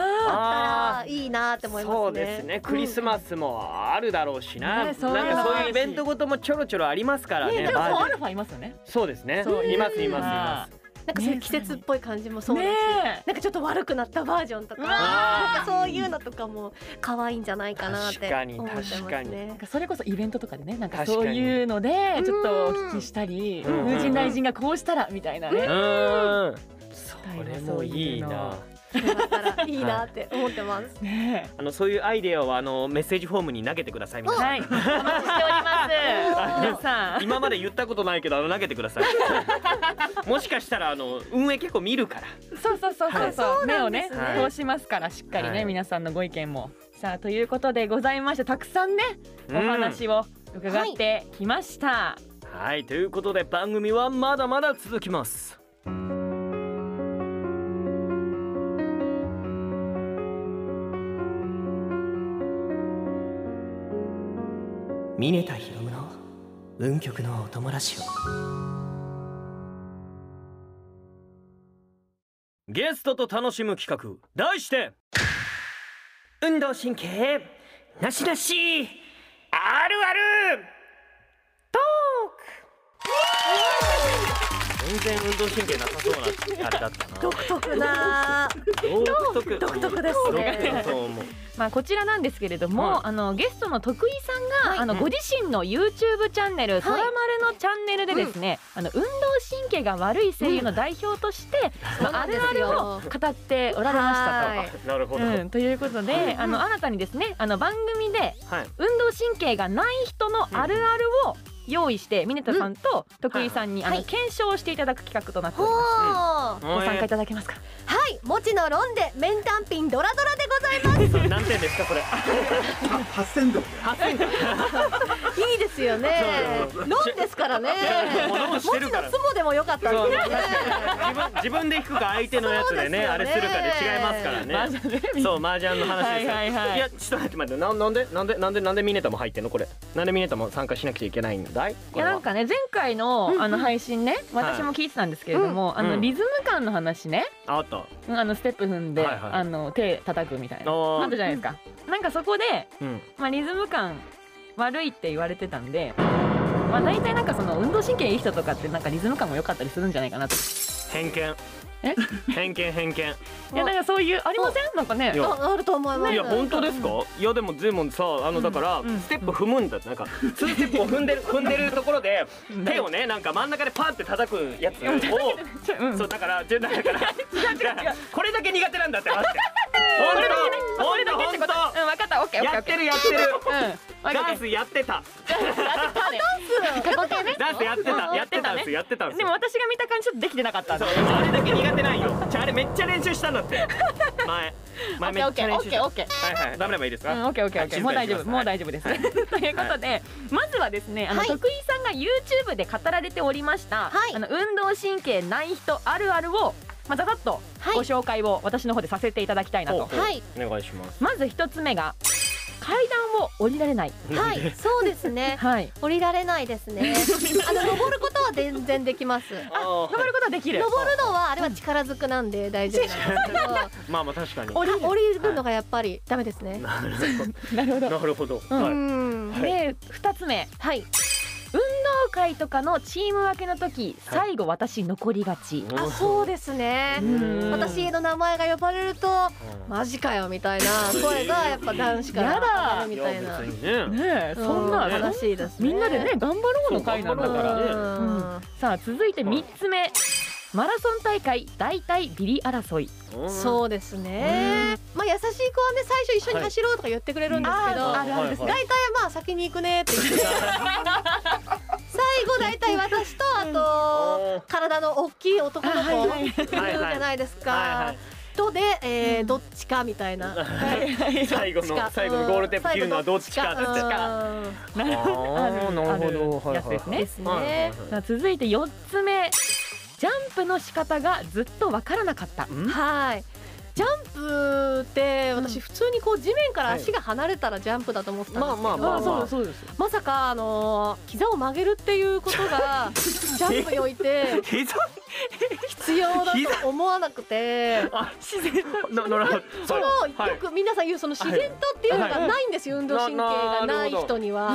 あ
らいいなって思いますね。
そうですねクリスマスもあるだろうしな,、
ねそう
なんかそう
あ
いう
る
イベントごともちょろちょろありますから
ー。
ね
ね、なんか
バー
もう
ジョ
ア
ン
ルファいますよね。
そうですね
そう
います
いる
いますいま
な
す
うんなんかそういう季節っぽい感じもそうですし、
ね
なんかちょっと悪くなったバージョンとか、
うわー
なんかそういうのとかも可愛いんじゃないかなって
確かに
思ってますね。
確かに
なんかそれこそイベントとかでね、なんか
確かに
そういうので、ちょっとお聞きしたり、
うん
風神雷神がこうしたらみたいな
う
ね。
ーんそれもいいな
よかったらいいなって思ってま す。
ね
あのそういうアイデアはあのメッセージフォームに投げてください皆さん、
はい、お待ちしております。皆さん。
今まで言ったことないけどあの投げてくださいもしかしたらあの運営結構見るから
そうそうそうそうそう、目をね、
はい
通しますからしっかりね、
はい
皆さんのご意見もさあということでございましてたくさんねお話を伺ってきました、
うんはいということで番組はまだまだ続きます峰田博夢の運極のお友達をゲストと楽しむ企画題して運動神経なしなしあるあるトーク全然運動神経なさそうなあれだったな
独特な
独特
独特ですね
そう思う
まあこちらなんですけれども、
はい
あのゲストの徳井さんが、あの
うん
ご自身の YouTube チャンネル、トラマルのチャンネルでですね、あの運動神経が悪い声優の代表として、ま
そう
あ
な
あ
んです
る
よ
あるを語っておられましたと。
はい
あなるほどは
う
い
ん、ということで、あの新たにですねあの番組で運動神経がない人のあるあるを用意して、ミネタさんと徳井さんに、あの検証していただく企画となってお
ほ
ります。
ー
ご参加いただけますか。
はい、もちの論で面単品ドラドラでございます
それ何点ですかそれ
八千度。
いいですよね。
そう
ロンですからね。
物も
も
し
ち
て
ろ
る
ん
から
相撲でもよかった
そう
ですね。
自分自分で引くか相手のやつでね
そうですよね
あれするかで違いますからね
麻雀で
そう麻雀の話ですよ、
はいいはいはい
やちょっと待って待ってななんでなんでなんでなんでミネタも入ってんのこれなんでミネタも参加しなくちゃいけないんだい
いやなんかね前回のあの配信ね私も聞いてたんですけれども、あ
う
の
ん
リズム感の話ね、
ああった
うんあのステップ踏んで、
はいはい
あの手叩くみたいな
あー
あったじゃないですか、なんかそこで、
うん
まあ、リズム感悪いって言われてたんで、まあ、大体なんかその運動神経いい人とかってなんかリズム感も良かったりするんじゃないかなと
偏見
え
偏見 偏見
いやなんかそういうありませんなんかね
いや
ああると思います。
いや本当ですか、いやでもズーモンさあのだから、
うん
ステップ踏むんだなんか2ステップを踏んでる踏んでるところで
うん
手をねなんか真ん中でパンって叩くやつを
ちょうん
そうだからじゃだから これだけ苦手なんだって話して
これだけねこれだけってこと
本当
うん分かったオッケーオッケー
や
オッ
っ
ケ
てる
ー
やってる
うん分か
ダ
っ
ンスやってた
たね
ダンスやって
う
た
ん
やってたんです
ね
やってたんです
で
よ
も私が見た感じちょっとできてなかったんで
そうあれだけ苦手ないよじゃああれめっちゃ練習したんだって前前めっちゃ練習した
オッケーオッケーオッケー
はいはいダメればいいです
うん、
か
オッケーオッケーオッケ
は
ー
い
もう大丈
静かにし
夫
ます
もう大丈夫です、という ことで、まずはですねあの、
はい
徳井さんが YouTube で語られておりました、
はい
あの運動神経ない人あるあるをまあざざっと
はい
ご紹介を私の方でさせていただきたいなと、
ほうほう
はい
お願いします
まず一つ目が階段を降りられない
はい、そうですね
はい
降りられないですねあの登ること
は全然できます。登
あー
登ることはできる
るのはあれは力ずくなんで大丈夫なんですけど。
まあまあ確かに
降り降りるのがやっぱりダメですね。
なるほど
なるほど
なるほど、
う
はい
ん。
で2つ目
はい。
運動会とかのチーム分けの時最後私残りがち
あ、そうですね
う。ん
私の名前が呼ばれるとマジかよみたいな声がやっぱ男子から
やだ
上がるみたい
や
な。
別にね
ねえそんな
う悲しいですね。
みんなでね頑張ろうの会なんだ
頑張
か
ろ
ら
うね
うん
さあ続いて3つ目マラソン大会大体ビリ争い
そうですね。まあ優しい子はね最初一緒に走ろうとか言ってくれるんですけど、
あ
大
るあるですね
はい
体まあ先に行くねって言って最後大体私とあと体の大きい男の子
あはい
いるじゃないです
はいは
か
い。
とで、えーどっちかみたいな。
最後
どっち
の
か
最後のゴールテープ切るのはどっちかって
う
言
ん
って
なるほど
あ
あ
ー
る
なるほど
あ
はいはいはい
やつです
で
ね
す
はいはい
ね。
さあ続いて4つ目ジャンプの仕方がずっとわからなかった
はい。ジャンプって私普通にこう地面から足が離れたらジャンプだと思ってたんですけど、
まあまあまあ
そうです
まさかあのー膝を曲げるっていうこと がジャンプにおいて
膝
必要だと思わなくて。
あ自然な なるほど
そのよく皆さん言うその自然とっていうのがないんですよ、運動神経がない人には。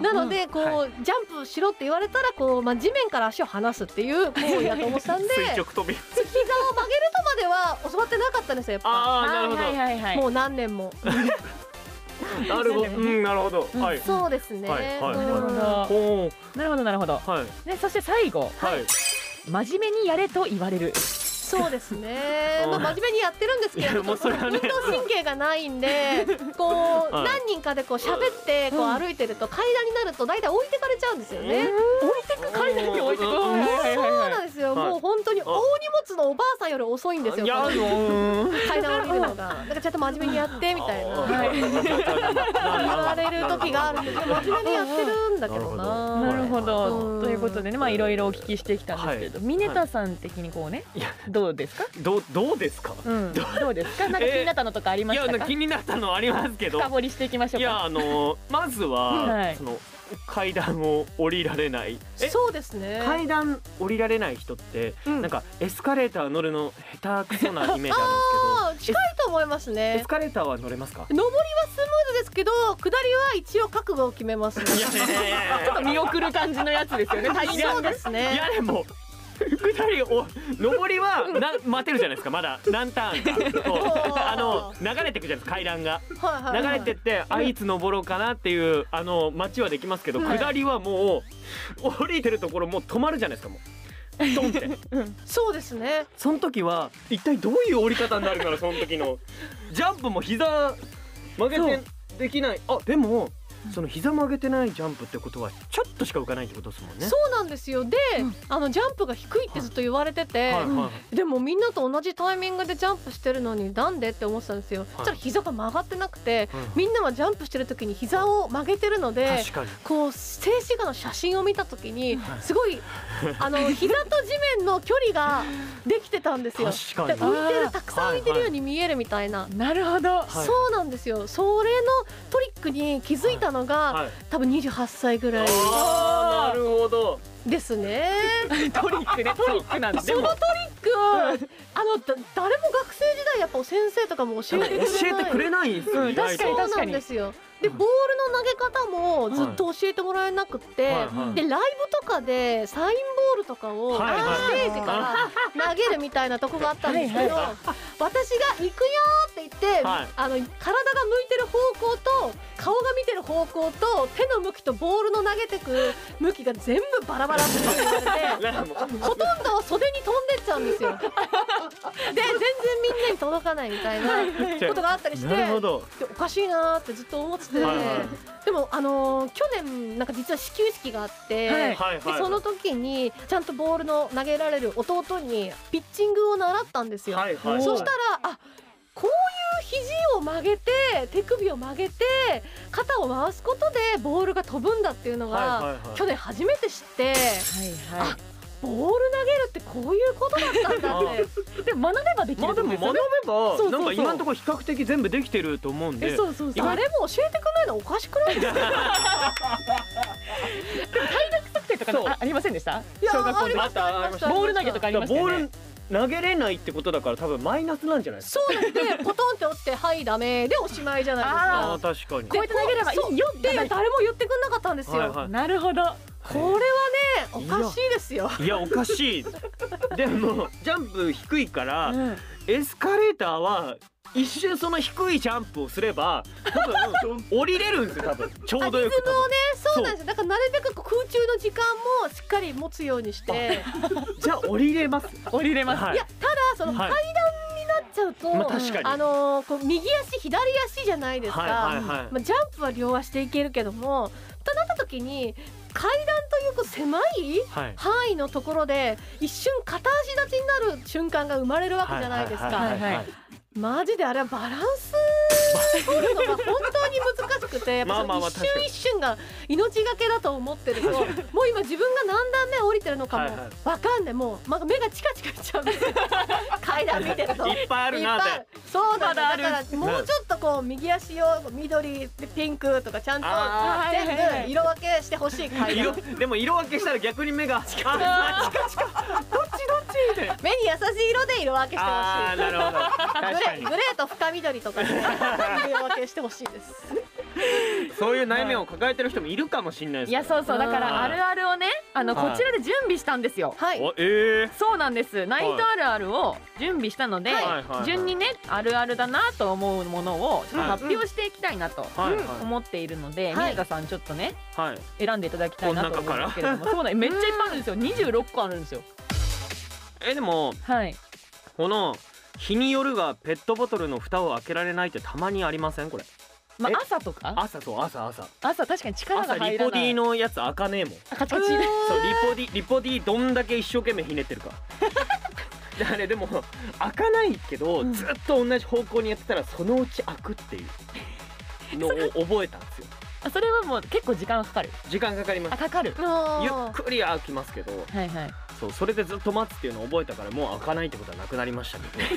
なのでこう、
は
ジャンプしろって言われたらこう、まあ、地面から足を離すっていう行為だと思っ てたんで
垂
膝
直
を
飛び
曲げるとまでは教わってなかったんですよやっぱ、
ああなるほど
はいはいはい
も
は
う何年も。
なるほどうんなるほど
うん
はい
そうですね、
はいはい
いなるほ
うん
ど
ほ
なるほどなるほど
うはい
ねそして最後
はい、
真面目にやれと言われる
そうですね
うん
まあ、真面目にやってるんですけれ
いや
ど
もうそれはね
運動神経がない んでこう、
はい
何人かでこう喋ってこう
うん
歩いてると階段になると大体置いてかれちゃうんですよね。
階段に置いてく
うん
はいはいはい
そ
は
う
い
なんですよ、
はい
もう本当に大荷物のおばあさんより遅いんですよ
いや
こ
あ
の
のー
階段を降りるのがだからちゃんと真面目にやってみたいな
はい
言われる時があるんですけど真面目にやってるんだけどな
なるほど、
うん
ということでねまあいろいろお聞きしてきたんですけど、
はい
ミネタさん的にこうね、
いや
どうですか、
どうどうですか
うん、どうですかなんか気になったのとかありま
い
し
や
たか、
気になったのありますけど
深掘りしていきましょ
いうや
か
あのーまず
は
はいその階段を降りられないえ
そうですね、
階段降りられない人って
うん
なんかエスカレーター乗るの下手くそなイメージあるん
あー近いと思います
ですけどエ
ね
スカレーターは乗れますか
上りはスムーズですけど下りは一応覚悟を決めますね
ちょっと見送る感じのやつですよね他人
そ
が
うですね
いやでも下りお上りはな待てるじゃないですかまだ何ターンかこう
おー
あの流れてくじゃないですか階段が
はいはい
流
はい
れてってあいつ登ろうかなっていうあの待ちはできますけど
はい
下りはもう降りてるところもう止まるじゃないですかもうドンって
そうですね
その時は一体どういう降り方になるからその時のジャンプも膝曲げてできないあでもその膝曲げてないジャンプってことはちょっとしか浮かないってことですもんね
そうなんですよで、あのジャンプが低いってずっと言われてて、
はいはい
でもみんなと同じタイミングでジャンプしてるのになんでって思ってたんですよ、そしたら膝が曲がってなくてみんなはジャンプしてる時に膝を曲げてるので
確かに
こう静止画の写真を見た時にすごい あの膝と地面の距離ができてたんですよ
確か
で
に
浮いて
あー
るたくさん浮いてるように見えるみたいな、
なるほど
はい
そうなんですよそれのトリックに気づいたのが、
はい
多分28歳ぐらい
あーなるほど
ですね。
トリックねトリックなんで
でも
くあのだ誰も学生時代やっぱ先生とかも教えてくれない
教えてくれないんですよ
うん
意外と
確か
そ
に
うなんですよでボールの投げ方もずっと教えてもらえなくって、
はいはい
でライブとかでサインボールとかをステ
はいはい
ージから投げるみたいなとこがあったんですけど、
はいはい
私が「行くよ」って言って、
はい
あの体が向いてる方向と顔が見てる方向と手の向きとボールの投げてく向きが全部バラバラって言われて。
なんかもう
ほとんど袖に飛んでっちゃうんですよ。で全然みんなに届かないみたいなことがあったりして、
なるほど
でおかしいなーってずっと思ってて、
はいはい
でもあのー去年なんか実は始球式があって。
はい
はいはい
でその時にちゃんとボールの投げられる弟にピッチングを習ったんですよ、
はいはい
そしたらあこういう肘を曲げて手首を曲げて肩を回すことでボールが飛ぶんだっていうのが、
はいはいはい
去年初めて知って
はいは
ボール投げるってこういうことだった んだって
いで学べばできる
まあ
ん
で
です
も学べ
よね
ば
うそうそう
なんか今のところ比較的全部できてると思うんで
えそうそうそう
誰も教えてくれないのおかしくないですか
体力測定ってとかあありませんでした小学校の
あったありました
ボール投げとかありました
ボ
よね
ール投げれないってことだから多分マイナスなんじゃないですか
そうなんでポトンって折ってはいダメでおしまいじゃないです
あ
か
あー確か
こうやって投げればいいよって
で誰も言ってくれなかったんですよ、
はいはい
なるほど
これはねおかしいですよ
にいやおかしいでもジャンプ低いから、
うん
エスカレーターは一瞬その低いジャンプをすれば多分降りれるんですよ多 分ちょうどよく
リズムをね
う
そうなんですよだからなるべくこう空中の時間もしっかり持つようにして、い
多分じゃあ降りれます
降りれます
はい
やただその、
はい
階段になっちゃうと、
まあ確かに
あのーこう右足左足じゃないですか、
はいはいはい
まあ、ジャンプは両足でいけるけどもとなった時に階段というこう狭い
はい
範囲のところで一瞬片足立ちになる瞬間が生まれるわけじゃないですか、
はいはいはい
は
マジであれはバランス取るのが本当に難しくてやっぱそ
まあまあま
の
あ
一瞬一瞬が命がけだと思ってるともう今自分が何段目降りてるのかも
はいはい
わかんないもう、まあ、目がチカチカしちゃうん ですよ階段見てると。
いっぱいあるなっ
いっぱい
て
あるそうなんだ
ま
だ
だあ
からもうちょっとこう右足を緑でピンクとかちゃんと
あ
ーはいはいは
全
い
部色分けしてほしい階
色
段
でも色分けしたら逆に目 が近近どっちどっちみたいな
目に優しい色で色分けしてほ
あ
し
ー
い
なるほど
グ
確か
レー
に
グレーと深緑 とかで色分けしてほしいです
そういう悩みを抱えてる人もいるかもしれない
い
で
いや
すか
そうそうだか
うん
らあるあるをねあの
はい
こちらで準備したんですよ
はい
らおえ
そうなんですナイトあるあるを準備したので
はいはいはい
順にねあるあるだなと思うものをちょっと発表していきたいなと
ー、はい
思っているので
はい
宮田さんちょっとね
はいはい
選んでいただきたいなと思うんですけれどもそうなんめっちゃいっぱいあるんですよ26個あるんですよ
えでも
はい
この日によるがペットボトルの蓋を開けられないってたまにありませんこれ
ま
え
あ朝とか
朝そう朝朝
朝確かに力
朝
が入
リ
ら
ポ
な
D
い
のやつ開かねえ もん
カチカチで
そうリポディリポディどんだけ一生懸命ひね ってるかであれでも開かないけど、
うん
ずっと同じ方向にやってたらそのうち開くっていう のを覚えたんですよ
あそれはもう結構時間がかかる
時間かかりま
あ
す
かかる
ゆっ
もう
くり開きますけど
はいはい
そうそれでずっと待つっていうのを覚えたからもう開かないってことはなくなりましたけどね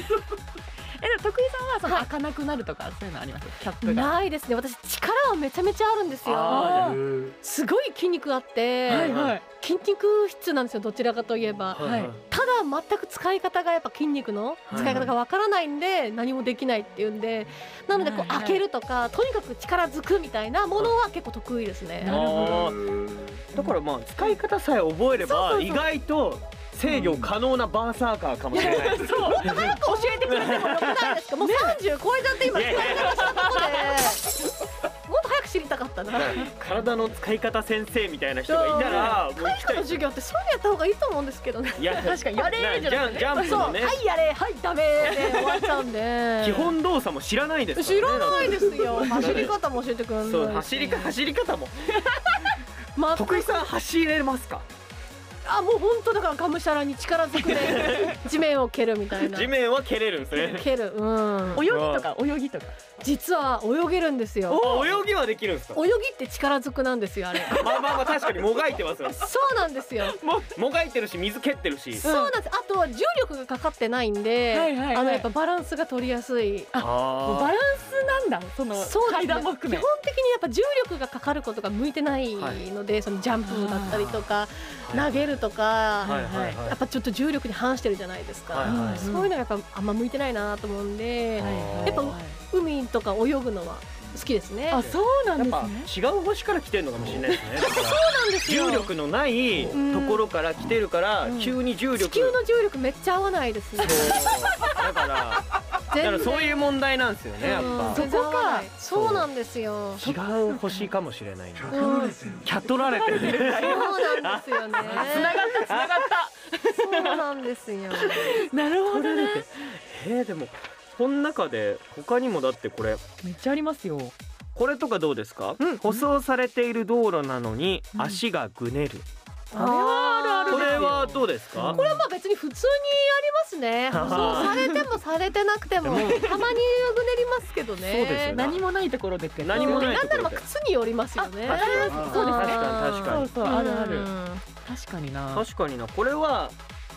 えでも徳井さんはその開かなくなるとかそういうのありますキャップが
ないですね私力はめちゃめちゃあるんですよ
あ
ー
すごい筋肉あって、
はいはい
筋肉質なんですよどちらかといえば
はいはい
ただ全く使い方がやっぱ筋肉の
はい
使い方がわからないんで何もできないっていうんでなのでこ
は
う
いはい
開けるとかとにかく力づくみたいなものは結構得意ですね
なるほど
あーだからまあ使い方さえ覚えれば意外と制御可能なバーサーカーかもしれない、
そう
早く教えてくれてもよくないですかもう30超えちゃって今
いや
使い
いや
方したとこでもっと早く知りたかったな
体の使い方先生みたいな人がいたらもう行きた
の
い
授業ってそういうのやった方がいいと思うんですけどね
いや
確かにやれじゃなくてね
ジャンジ
そう、
ャ
は
ンプのね
いやれ、はいダメで終わっちゃうんで。
基本動作も知らないですから、ね、
知らないですよ。
なんか
走り方も教えてくれないし。
そう走りか走り方も
まあ、
徳井さん走れますか
あ、もう本当だからがむしゃらに力づ くで地面を蹴るみたいな。
地面は蹴れるんですね
蹴る、うん
泳。ぎとか泳ぎとか
実は泳げるんですよ。
お泳ぎはできるんですか
泳ぎって力づくなんで すよあれ。
まあまあまあ確かにもがいてますよ
そうなんですよ。
ももがいてるし水蹴ってるし
そうなんです。あとは重力がかかってないんで、
はいはいはい
あのやっぱバランスが取りやすい。
もう
あ
バランスなんだその
そうです
階
ね
段も含め
基本的にやっぱ重力がかかることが向いてないので、そのジャンプだったりとか、
はい
投げるとか、
はいはいはい
やっぱちょっと重力に反してるじゃないですか、
はいはい
そういうのがやっぱあんま向いてないなと思うんで、
はい
やっぱ海とか泳ぐのは好きですね。
あそうなん
や
で
っ
す
ぱ
ね
違う星から来てるのかもしれないですね
そうなんですよ
重力のないところから来てるから
うん
急に重力
地球の重力めっちゃ合わないですね
そうだからだからそういう問題なんですよねやっ
うん
ぱ
全然合わない
そこか
そうなんですよ
違う星かもしれないな
う
100
ん
ですよ
キャットられてる ね
そうなんです よね
つながった
そうなんですよ
なるほどね
えー、でもこの中で他にもだってこれ
めっちゃありますよ
これとかどうですか、
うん
舗装されている道路なのに
うん
足がぐねる、
あれは
これは
う
どうですか、
これ
まあ別に普通にあります ね
あー
そうされてもされてなくてもた
で
ま
も
にうぐねりますけどね
そうですよね
何もないところでって
何もない
な
と
ん
こ
な
ろ
らまあ
で
靴によりますよね
あそれは
そうですね
確かに確か
そう
に
そうあるある
うん
確かにな
確かになこれは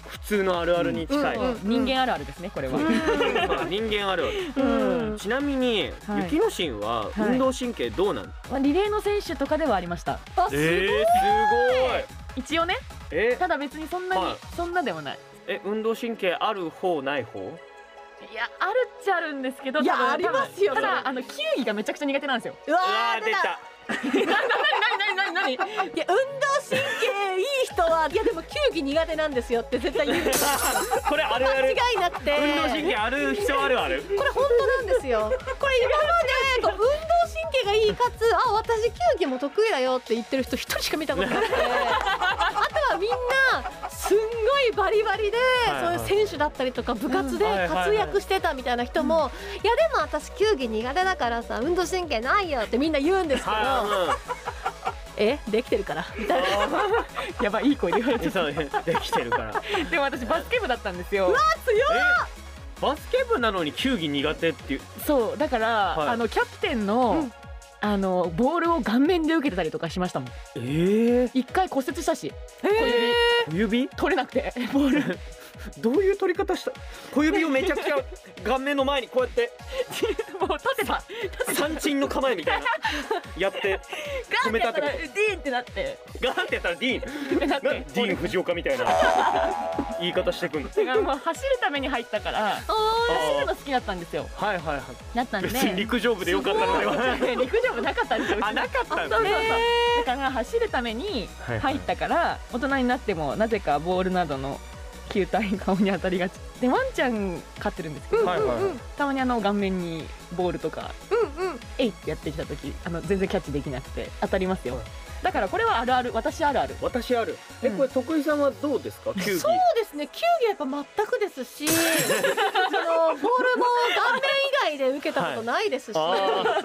普通のあるあるに近い、
うんうんうん
人間あるあるですねこれは
まあ人間あるある
うん
ちなみに、
はい
雪の神は運動神経どうなん、
まあリレーの選手とかではありました
あすごい
えー、す
一応ね
え
ただ別にそんなに、
はい
そんなでもない
え運動神経ある方ない方
いやあるっちゃあるんですけど
いや
多分
ありますよ
多分た
そ
だあの球技がめちゃくちゃ苦手なんですよ
うわ
あ
ー出た
何何何何
いや運動神経いい人はいやでも球技苦手なんですよって絶対言う
これ あるあ
間違
る
いなくて
運動神経ある人あるある
これ本当なんですよこれ今までこう運動神経がいいかつあ私球技も得意だよって言ってる人一人しか見たことなくてあとはみんなすんごいバリバリで
はいはい
そういう選手だったりとか部活で
うんはいはいはい
活躍してたみたいな人もいやでも私球技苦手だからさ運動神経ないよってみんな言うんですけど
は
えできてるからみたいな
やばいいい声で言われ
いうんそうねできてるから
でも私バスケ部だったんですよ
えバスケ部なのに球技苦手っていう
そうだから、
はい
あのキャプテンの、
うん
あのボールを顔面で受けてたりとかしましたもん
えー、
一回骨折したし
小指
小指
取れなくてボール
どういう取り方した小指をめちゃくちゃ顔面の前にこうやって
もう立てた
三鎮の構えみたいなやって止めたってこ
ディーンってな って
とガーンってやったらディーン
なっ
なんで
て
ディーン・藤岡みたいな言い方してくんの
だからもう走るために入ったから走るの好きだったんですよ
はいはいはい
だったんで
別に陸上部でよかったのでは
ね陸上部なかったんですようち
あなかったん
そうそうそ
だ
うだから走るために
はい
入ったから大人になってもなぜかボールなどの球体に顔に当たりがちでワンちゃん飼ってるんですけど、
はいはい
たまにあの顔面にボールとか
うんうん
えいってやってきた時あの全然キャッチできなくて当たりますよ、だからこれはあるある私あるある
私ある
えこれ
徳井さんはどうですか球技
そうですね球技はやっぱ全くですしそのボールも顔面以外で受けたことないですし、ボールは
あ
基本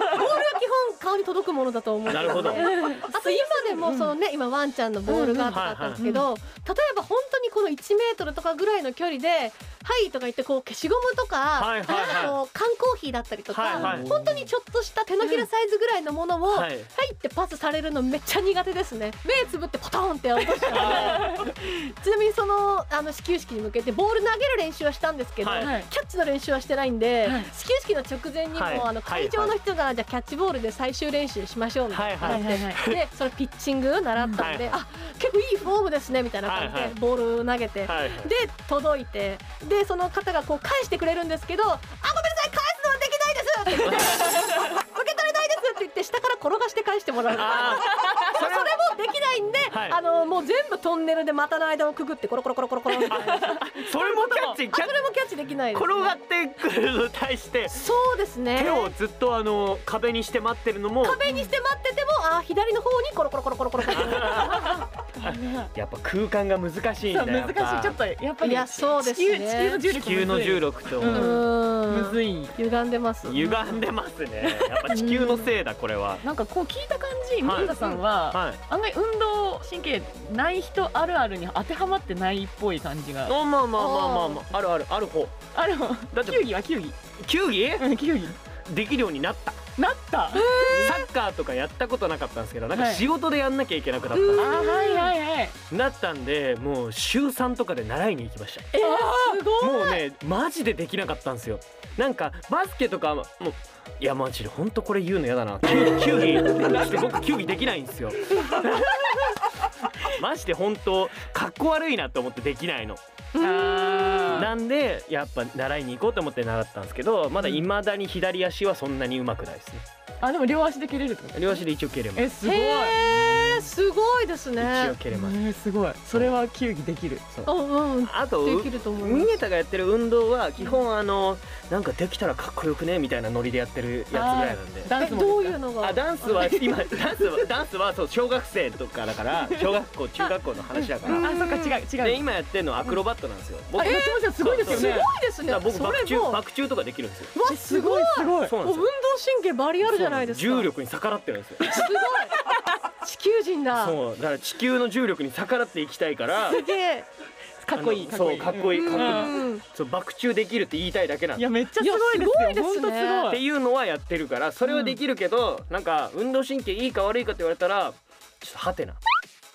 顔に届くものだと思う
あ
んで
な
す
るほど
あと今でもそのね今ワンちゃんのボールがとかあったんですけど、例えば本当にこの1メートルとかぐらいの距離で「はい」とか言ってこう消しゴムとか、
はいはいはい
なんかこう缶コーヒーだったりとか、
はいはい
本当にちょっとした手のひらサイズぐらいのものを
うん
「は
はいい」
ってパスされるのめっちゃ苦手ですね目つぶってポトンって落とした らちなみにそのあの始球式に向けてボール投げる練習はしたんですけど、
はい
はい
キャッチの練習はしてないんで、
はい
始球式の直前にも、
はい
あの会場の人が、じゃあキャッチボールで最終練習しましょうみたいな感じで、
はいはいは
でそのピッチング習ったんで、あ結構いいフォームですねみたいな感じで、
はいはい
ボール投げて、
はい
で届いてでその方がこう返してくれるんですけど「あごめんなさい返すのはできないです」って言って「受け取れないです」って言って下から転がして返してもらう。
あ
それもできないんで、
はい
あのもう全部トンネルで股の間をくぐってコロコロコロコロコロみたいなあ
ーそれもキャッチキ
そ
ャッ
れもキャッチできないです、
転がってくるのに対して
そうですね
手をずっとあの壁にして待ってるのも
壁にして待っててもあー左の方にコロコロコロコロコロコロ
やっぱ空間が難しいん
そう
だやっ
難し
ぱ
いちょっとやっぱ
い
り
やそうですね
地球地球の重力
地球の重力と
う
うんー
む
ん
ずい
歪んでます
歪んでますねやっぱ地球のせいだこれは
なんかこう聞いた感じ
はい
水田さんは、
はい
案外運動神経ない人あるあるに当てはまってないっぽい感じ
あ
が
まあまあまあまあまああるあるある方
あでも
だって
球技は球技
球技
うん球技
できるようになった
なった
サッカーとかやったことなかったんですけどなんか
はい
仕事でやんなきゃいけなくなっ
あ
た
はいはいはい
なったんでもう週3とかで習いに行きました
えー、すごい
もうねマジでできなかったんですよなんかバスケとかもういやマジで本当これ言うの嫌だな球球技だって僕球技できないん ですよマジで本当かっこ悪いなって思ってできないの
あ
なんでやっぱ習いに行こうと思って習ったんですけどまだ未だに左足はそんなにうまくないですね
ーあでも両足で蹴れるってこと
両足で一応蹴れます
えすごい
へーすごいです
一応
ね
蹴れます
えすごいそれは球技できる
そう
うんうん
あと
できると思い
ミ
ます
ネタがやってる運動は基本あのなんかできたらかっこよくねみたいなノリでやってるやつぐらいなんで
ダ
え
ンスも
どういうのが
あダンスは今ダンスはダンスはそう小学生とかだから小学校中学校の話だか
あ
ら
そっか違う違う
で今やってるのはアクロバットなんですよ僕
あ
だ
やってますよすごいですよ
すごい
ね
ですね
から僕
そ
バク
れ
宙
もう
バ
わ
ク宙とかできるんですよ
すごい
すごい
そうなんで
もう運
す
動
よ
神経バリあるじゃないですか
重力に逆らってるんですよ
すごい地球人だ
そうだから地球の重力に逆らっていきたいから
すげえ
かっこいい
あのそうかっこいいかっこいい
うん
そうバク宙できるって言いたいだけなん
い
です
やめっちゃすごいですよ
いやすごいです
本
ね
当す
っ
ご
て
い
いうのはやってるからそれはできるけど、なんか運動神経いいか悪いかって言われたらちょっとハテナ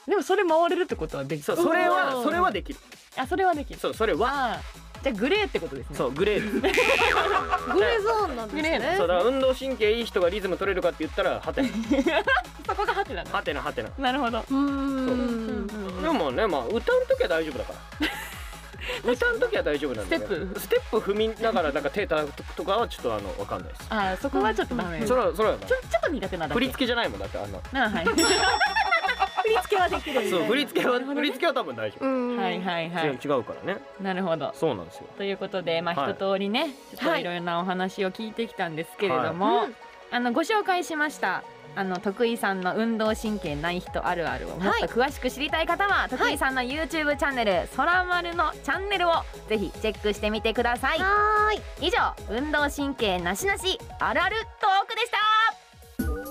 でもそれ回れるってことはでき
そう
う
それ
う
は
ん
それはできる
あそれはできる
そうそれは
あじゃあグレーってことですね
そうグレーです
グレーゾーンなんです
グレー
ね
そうだから運動神経いい人がリズム取れるかって言ったらハテナ
そこがハテナだ
ハテナハテナ
なるほど
うーん
でもねまあ歌う時は大丈夫だから歌う時は大丈夫なんだけど
ステップ
ステップ踏みながらなんか手たくとかはちょっとあのわかんないです
あーそこはちょっとダメ
そ
ちょ
れはそれはな
ちょっと苦手なだけ
振り付けじゃないもんだってあんな
なあはい振り付けはできるみたいな
そう振り付けは振り付けは多分大丈夫
うん
はいはいは
違う
い
違うからね
なるほど
そうなんですよ
ということで、ま
は
あ、
い
一通りね、ちょっ
は
と
い
いろいろなお話を聞いてきたんですけれども、
はいうん
あのご紹介しましたあの徳井さんの運動神経ない人あるあるをもっと詳しく知りたい方は、徳井さんの YouTube チャンネル「そらまる」のチャンネルをぜひチェックしてみてください。
はーい
以上運動神経なしなしあるあるトークでした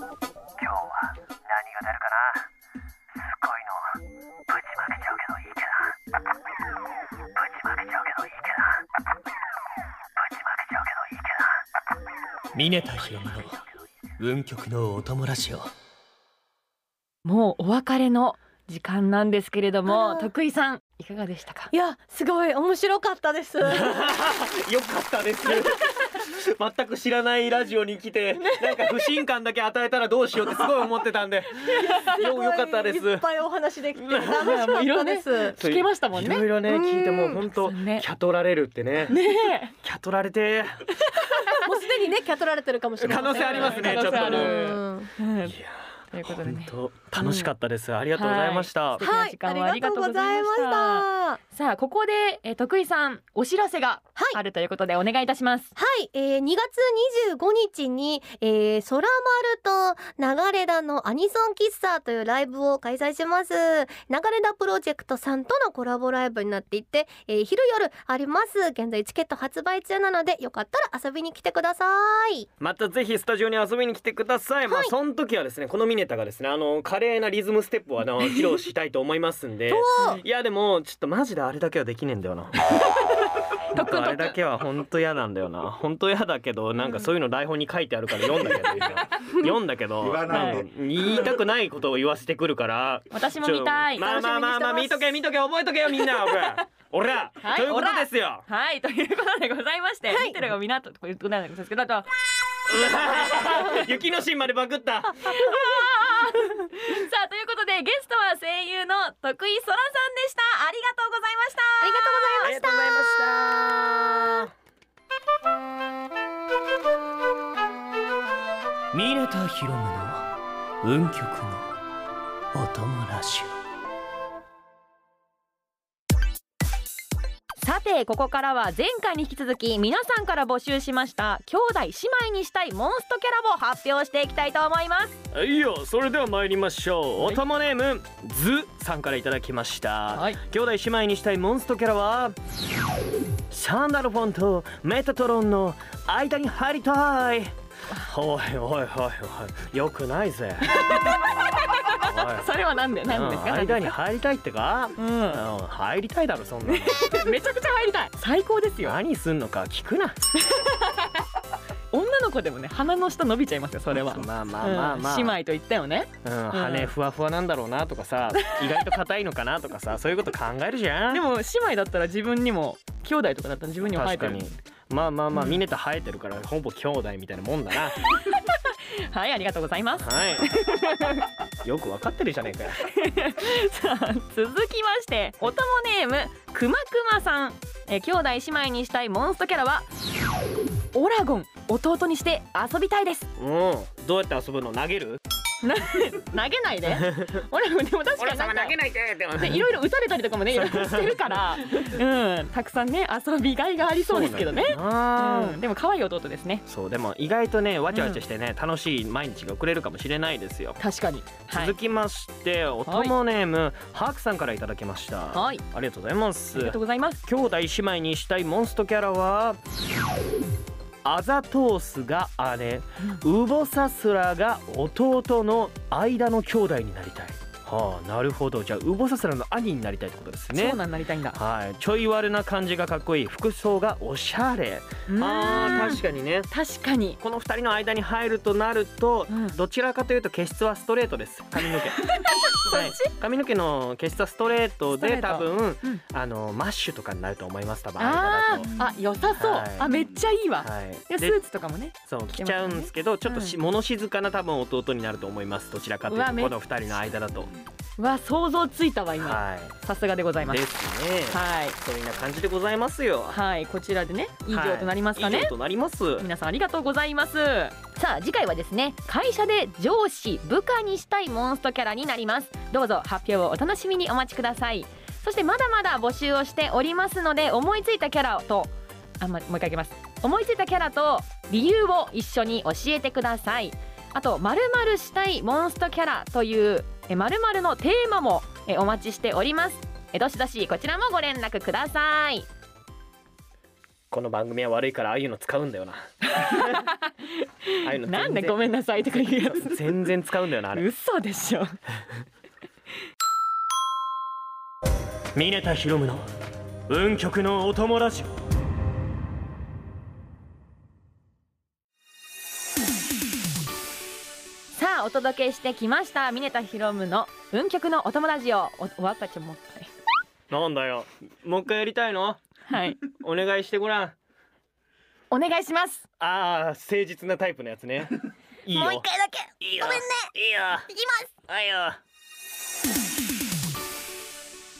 峰田ひろみの運極のお供ラジオ
もうお別れの時間なんですけれど
あ
も
ら
徳井さんいかがでしたか
いやすごい面白かったです。
よかったです 全く知らないラジオに来てなんか不信感だけ与えたらどうしようってすごい思ってたん でよよかったです
いっぱいお話できて楽しか
もういろいろ
った
ね
です。
そう
聞けましたもん
い
ね
ろいろね
うん
聞いてもう本当
そうね
キャ取られるってね
ねえ
キャ取られて
もうすでにねキャ取られてるかもしれない。
可能性ありますね
可能性ある
ちょっとね
うん
うん
いや
ということでね
本当楽しかったですありがとうございました、
はい
はい
素敵な時間をあ
あ
り
り
が
が
とうご
とうご
ざ
ざ
い
い
ま
ま
し
したた。
さあここで、えー、徳井さんお知らせが
はい
あるということでお願いいたします。
はい、えー、2月25日に、えー、空丸と流れ田のアニソン喫茶というライブを開催します。流れ田プロジェクトさんとのコラボライブになっていて、えー、昼夜あります。現在チケット発売中なので、よかったら遊びに来てください。
またぜひスタジオに遊びに来てください、まあその時はですねこのミネタがですねあの華麗なリズムステップをあ の披露したいと思いますんでいやでもちょっとマジであれだけはできねえんだよ ななんかあれだけは本当嫌なんだよな本当嫌だけどなんかそういうの台本に書いてあるから読んだけ ど今読んだけど
言わないで
んか言いたくないことを言わせてくるから
私も
ちょ
見たい。
まあまあまあまあ
楽
見
しみにして
と
ます
け見とけ覚えとけよみんな おら、
はい
というこ
お
と
ら
ですよ
はいということでございまして、見てるがみんなということなんですけどあとは
雪のシーンまでバグった
さあということでゲストは声優の徳井そらさんでしたありがとうございました
ありがとうございます
ありがとうございました
峰田ひろみの運極のお供ラジオ
さてここからは前回に引き続き皆さんから募集しました兄弟姉妹にしたいモンストキャラを発表していきたいと思います
いいよそれでは参りましょう、おともネームズさんからいただきました、
はい
兄弟姉妹にしたいモンストキャラはサンダルフォンとメタトロンの間に入りたいおいおいおいおいよくない ぜ
それはなんで
おい
なんです
う
か
ん間に入りたいってか、
う
うんん、入 りたいだろそんなの
めちゃくちゃ入りたい最高ですよ
何すんのか聞くな
女の子でもね鼻の下伸びちゃいますよそれは、
まあまあまあまあ、
うん姉妹と言ったよね
うん、羽ふわふわなんだろうなとかさ意外と硬いのかなとか さそういうこと考えるじゃん
でも姉妹だったら自分にも兄弟とかだったら自分にも生え
確
て
かに
る
まあまあまあ、
うん
ミネタ生えてるからほぼ兄弟みたいなもんだな
はいありがとうございます
はい よくわかってるじゃねえかよ
さあ 続きましておともネームくまくまさんえー兄弟姉妹にしたいモンストキャラはオラゴン弟にして遊びたいです
うんどうやって遊ぶの投げる
な投げ ないでオラゴンでも確かになんか
ないででも
ねいろいろ打たれたりとかもねいろいろしてるから、うん、たくさんね遊びがいがありそうですけどね
あ
うん、でも可愛い弟ですね
そうでも意外とねわちゃわちゃしてね、楽しい毎日が送れるかもしれないですよ、
確かにはい
続きましておともネーム、ハークさんからいただきました、
はい
ありがとうございます
ありがとうございます
兄弟姉妹にしたいモンストキャラはアザトースが姉ウボサスラが弟の間の兄弟になりたいはあなるほどじゃあウボサスラの兄になりたいってことですね
長男になりたいんだ
はいちょい悪な感じがかっこいい服装がおしゃれあー確かにね
確かに
この2人の間に入るとなると、
うん
どちらかというと毛質はストレートです髪の毛はい、髪の毛の消したストレートで
ストレート
多分、
うん
あのマッシュとかになると思います多分
あ
れ
ーあ良さそう、
はい
あめっちゃいいわ、
だとはい
いやス
で
ーツとかもね
そう着ちゃうんですけど、ちょっとし、物静かな多分弟になると思いますどちらかという
うわ
と
め
この二人の間だと
うわ想像ついたわ今、
は
さすがでござい
い
ま
ですすね
はい
そんな感じでございますよ
はいこちらでね以上となりますか
はい
ね、
以上となります
皆さんありがとうございますさあ次回はですね会社で上司部下にしたいモンストキャラになりますどうぞ発表をお楽しみにお待ちくださいそしてまだまだ募集をしておりますので思いついたキャラとあまもう一回いきます思いついたキャラと理由を一緒に教えてくださいあとまるしたいモンストキャラというまるのテーマもえお待ちしておりますえどしどしこちらもご連絡ください
この番組は悪いからああいうの使うんだよ なああいうの全然
なんでごめんなさいとか言うやつ
全然使うんだよなあれ
嘘でしょ
峰田博夢の運極のお友ラジ
さあお届けしてきました峰田ひろむの運極のお友達をお終わったちょもう一
オなんだよもう一回やりたいの
回はい
お願いしてごらん
お願いします
ああ誠実なタイプのやつね いいよ
もう一回だけ
いいよごめんねいいよ
いきます
はいよ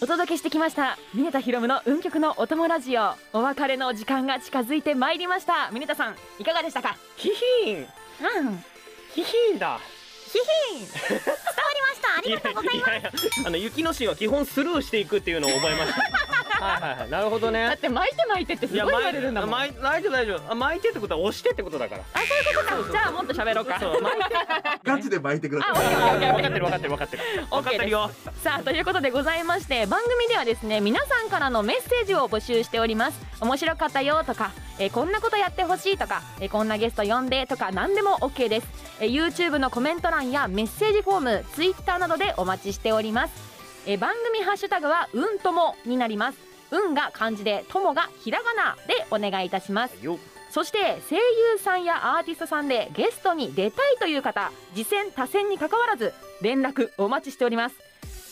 お届けしてきました峰田ひろむの運極のお友ラジオお別れの時間が近づいてまいりました峰田さんいかがでしたか
ヒヒーン
うん
ヒヒーンだヒヒーン伝わりましたありがとうございますいやいやあの雪のシーンは基本スルーしていくっていうのを覚えましたはいはいはいなるほど
だ
ね
って巻いて巻いてってすごい言われるんだもん
巻い大丈夫大丈夫あ巻いてってことは押してってことだから
じゃあもっと喋ろうか
そう巻いて
ガチで巻いてください
あオッケーオッケー
分かっ
オッケー
てる分かってる分かってる分かってるよ
さあということでございまして番組ではですね皆さんからのメッセージを募集しております面白かったよとか、えーこんなことやってほしいとか、えーこんなゲスト呼んでとか何でも OK です、えー YouTube のコメント欄やメッセージフォーム Twitter などでお待ちしております、えー番組ハッシュタグは「うんとも」になります「うん」が漢字で「とも」がひらがなでお願いいたします
よ
そして声優さんやアーティストさんでゲストに出たいという方次戦他戦に関わらず連絡お待ちしております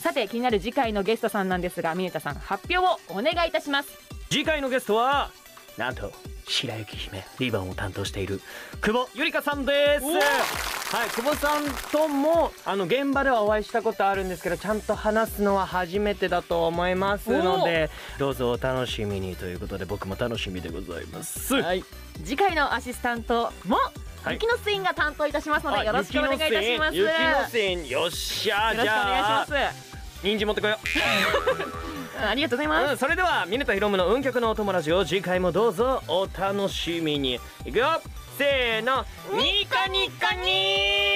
さて気になる次回のゲストさんなんですがミネタさん発表をお願いいたします
次回のゲストはなんと白雪姫リバンを担当している久保ゆりかさんですはい久保さんともあの現場ではお会いしたことあるんですけどちゃんと話すのは初めてだと思いますのでどうぞお楽しみにということで僕も楽しみでございます
い次回のアシスタントも、
はい
雪のスインが担当いたしますの
あ
でよろしくお願いいたします
雪
よ
の
ろしく
せんよっしゃ
お
じゃ
願い
あ
します
人参持ってこよ
うんありがとうございます、
うん、それでは峰田ひろむの運脚のお友達を次回もどうぞお楽しみにいくよせーのニカニカニー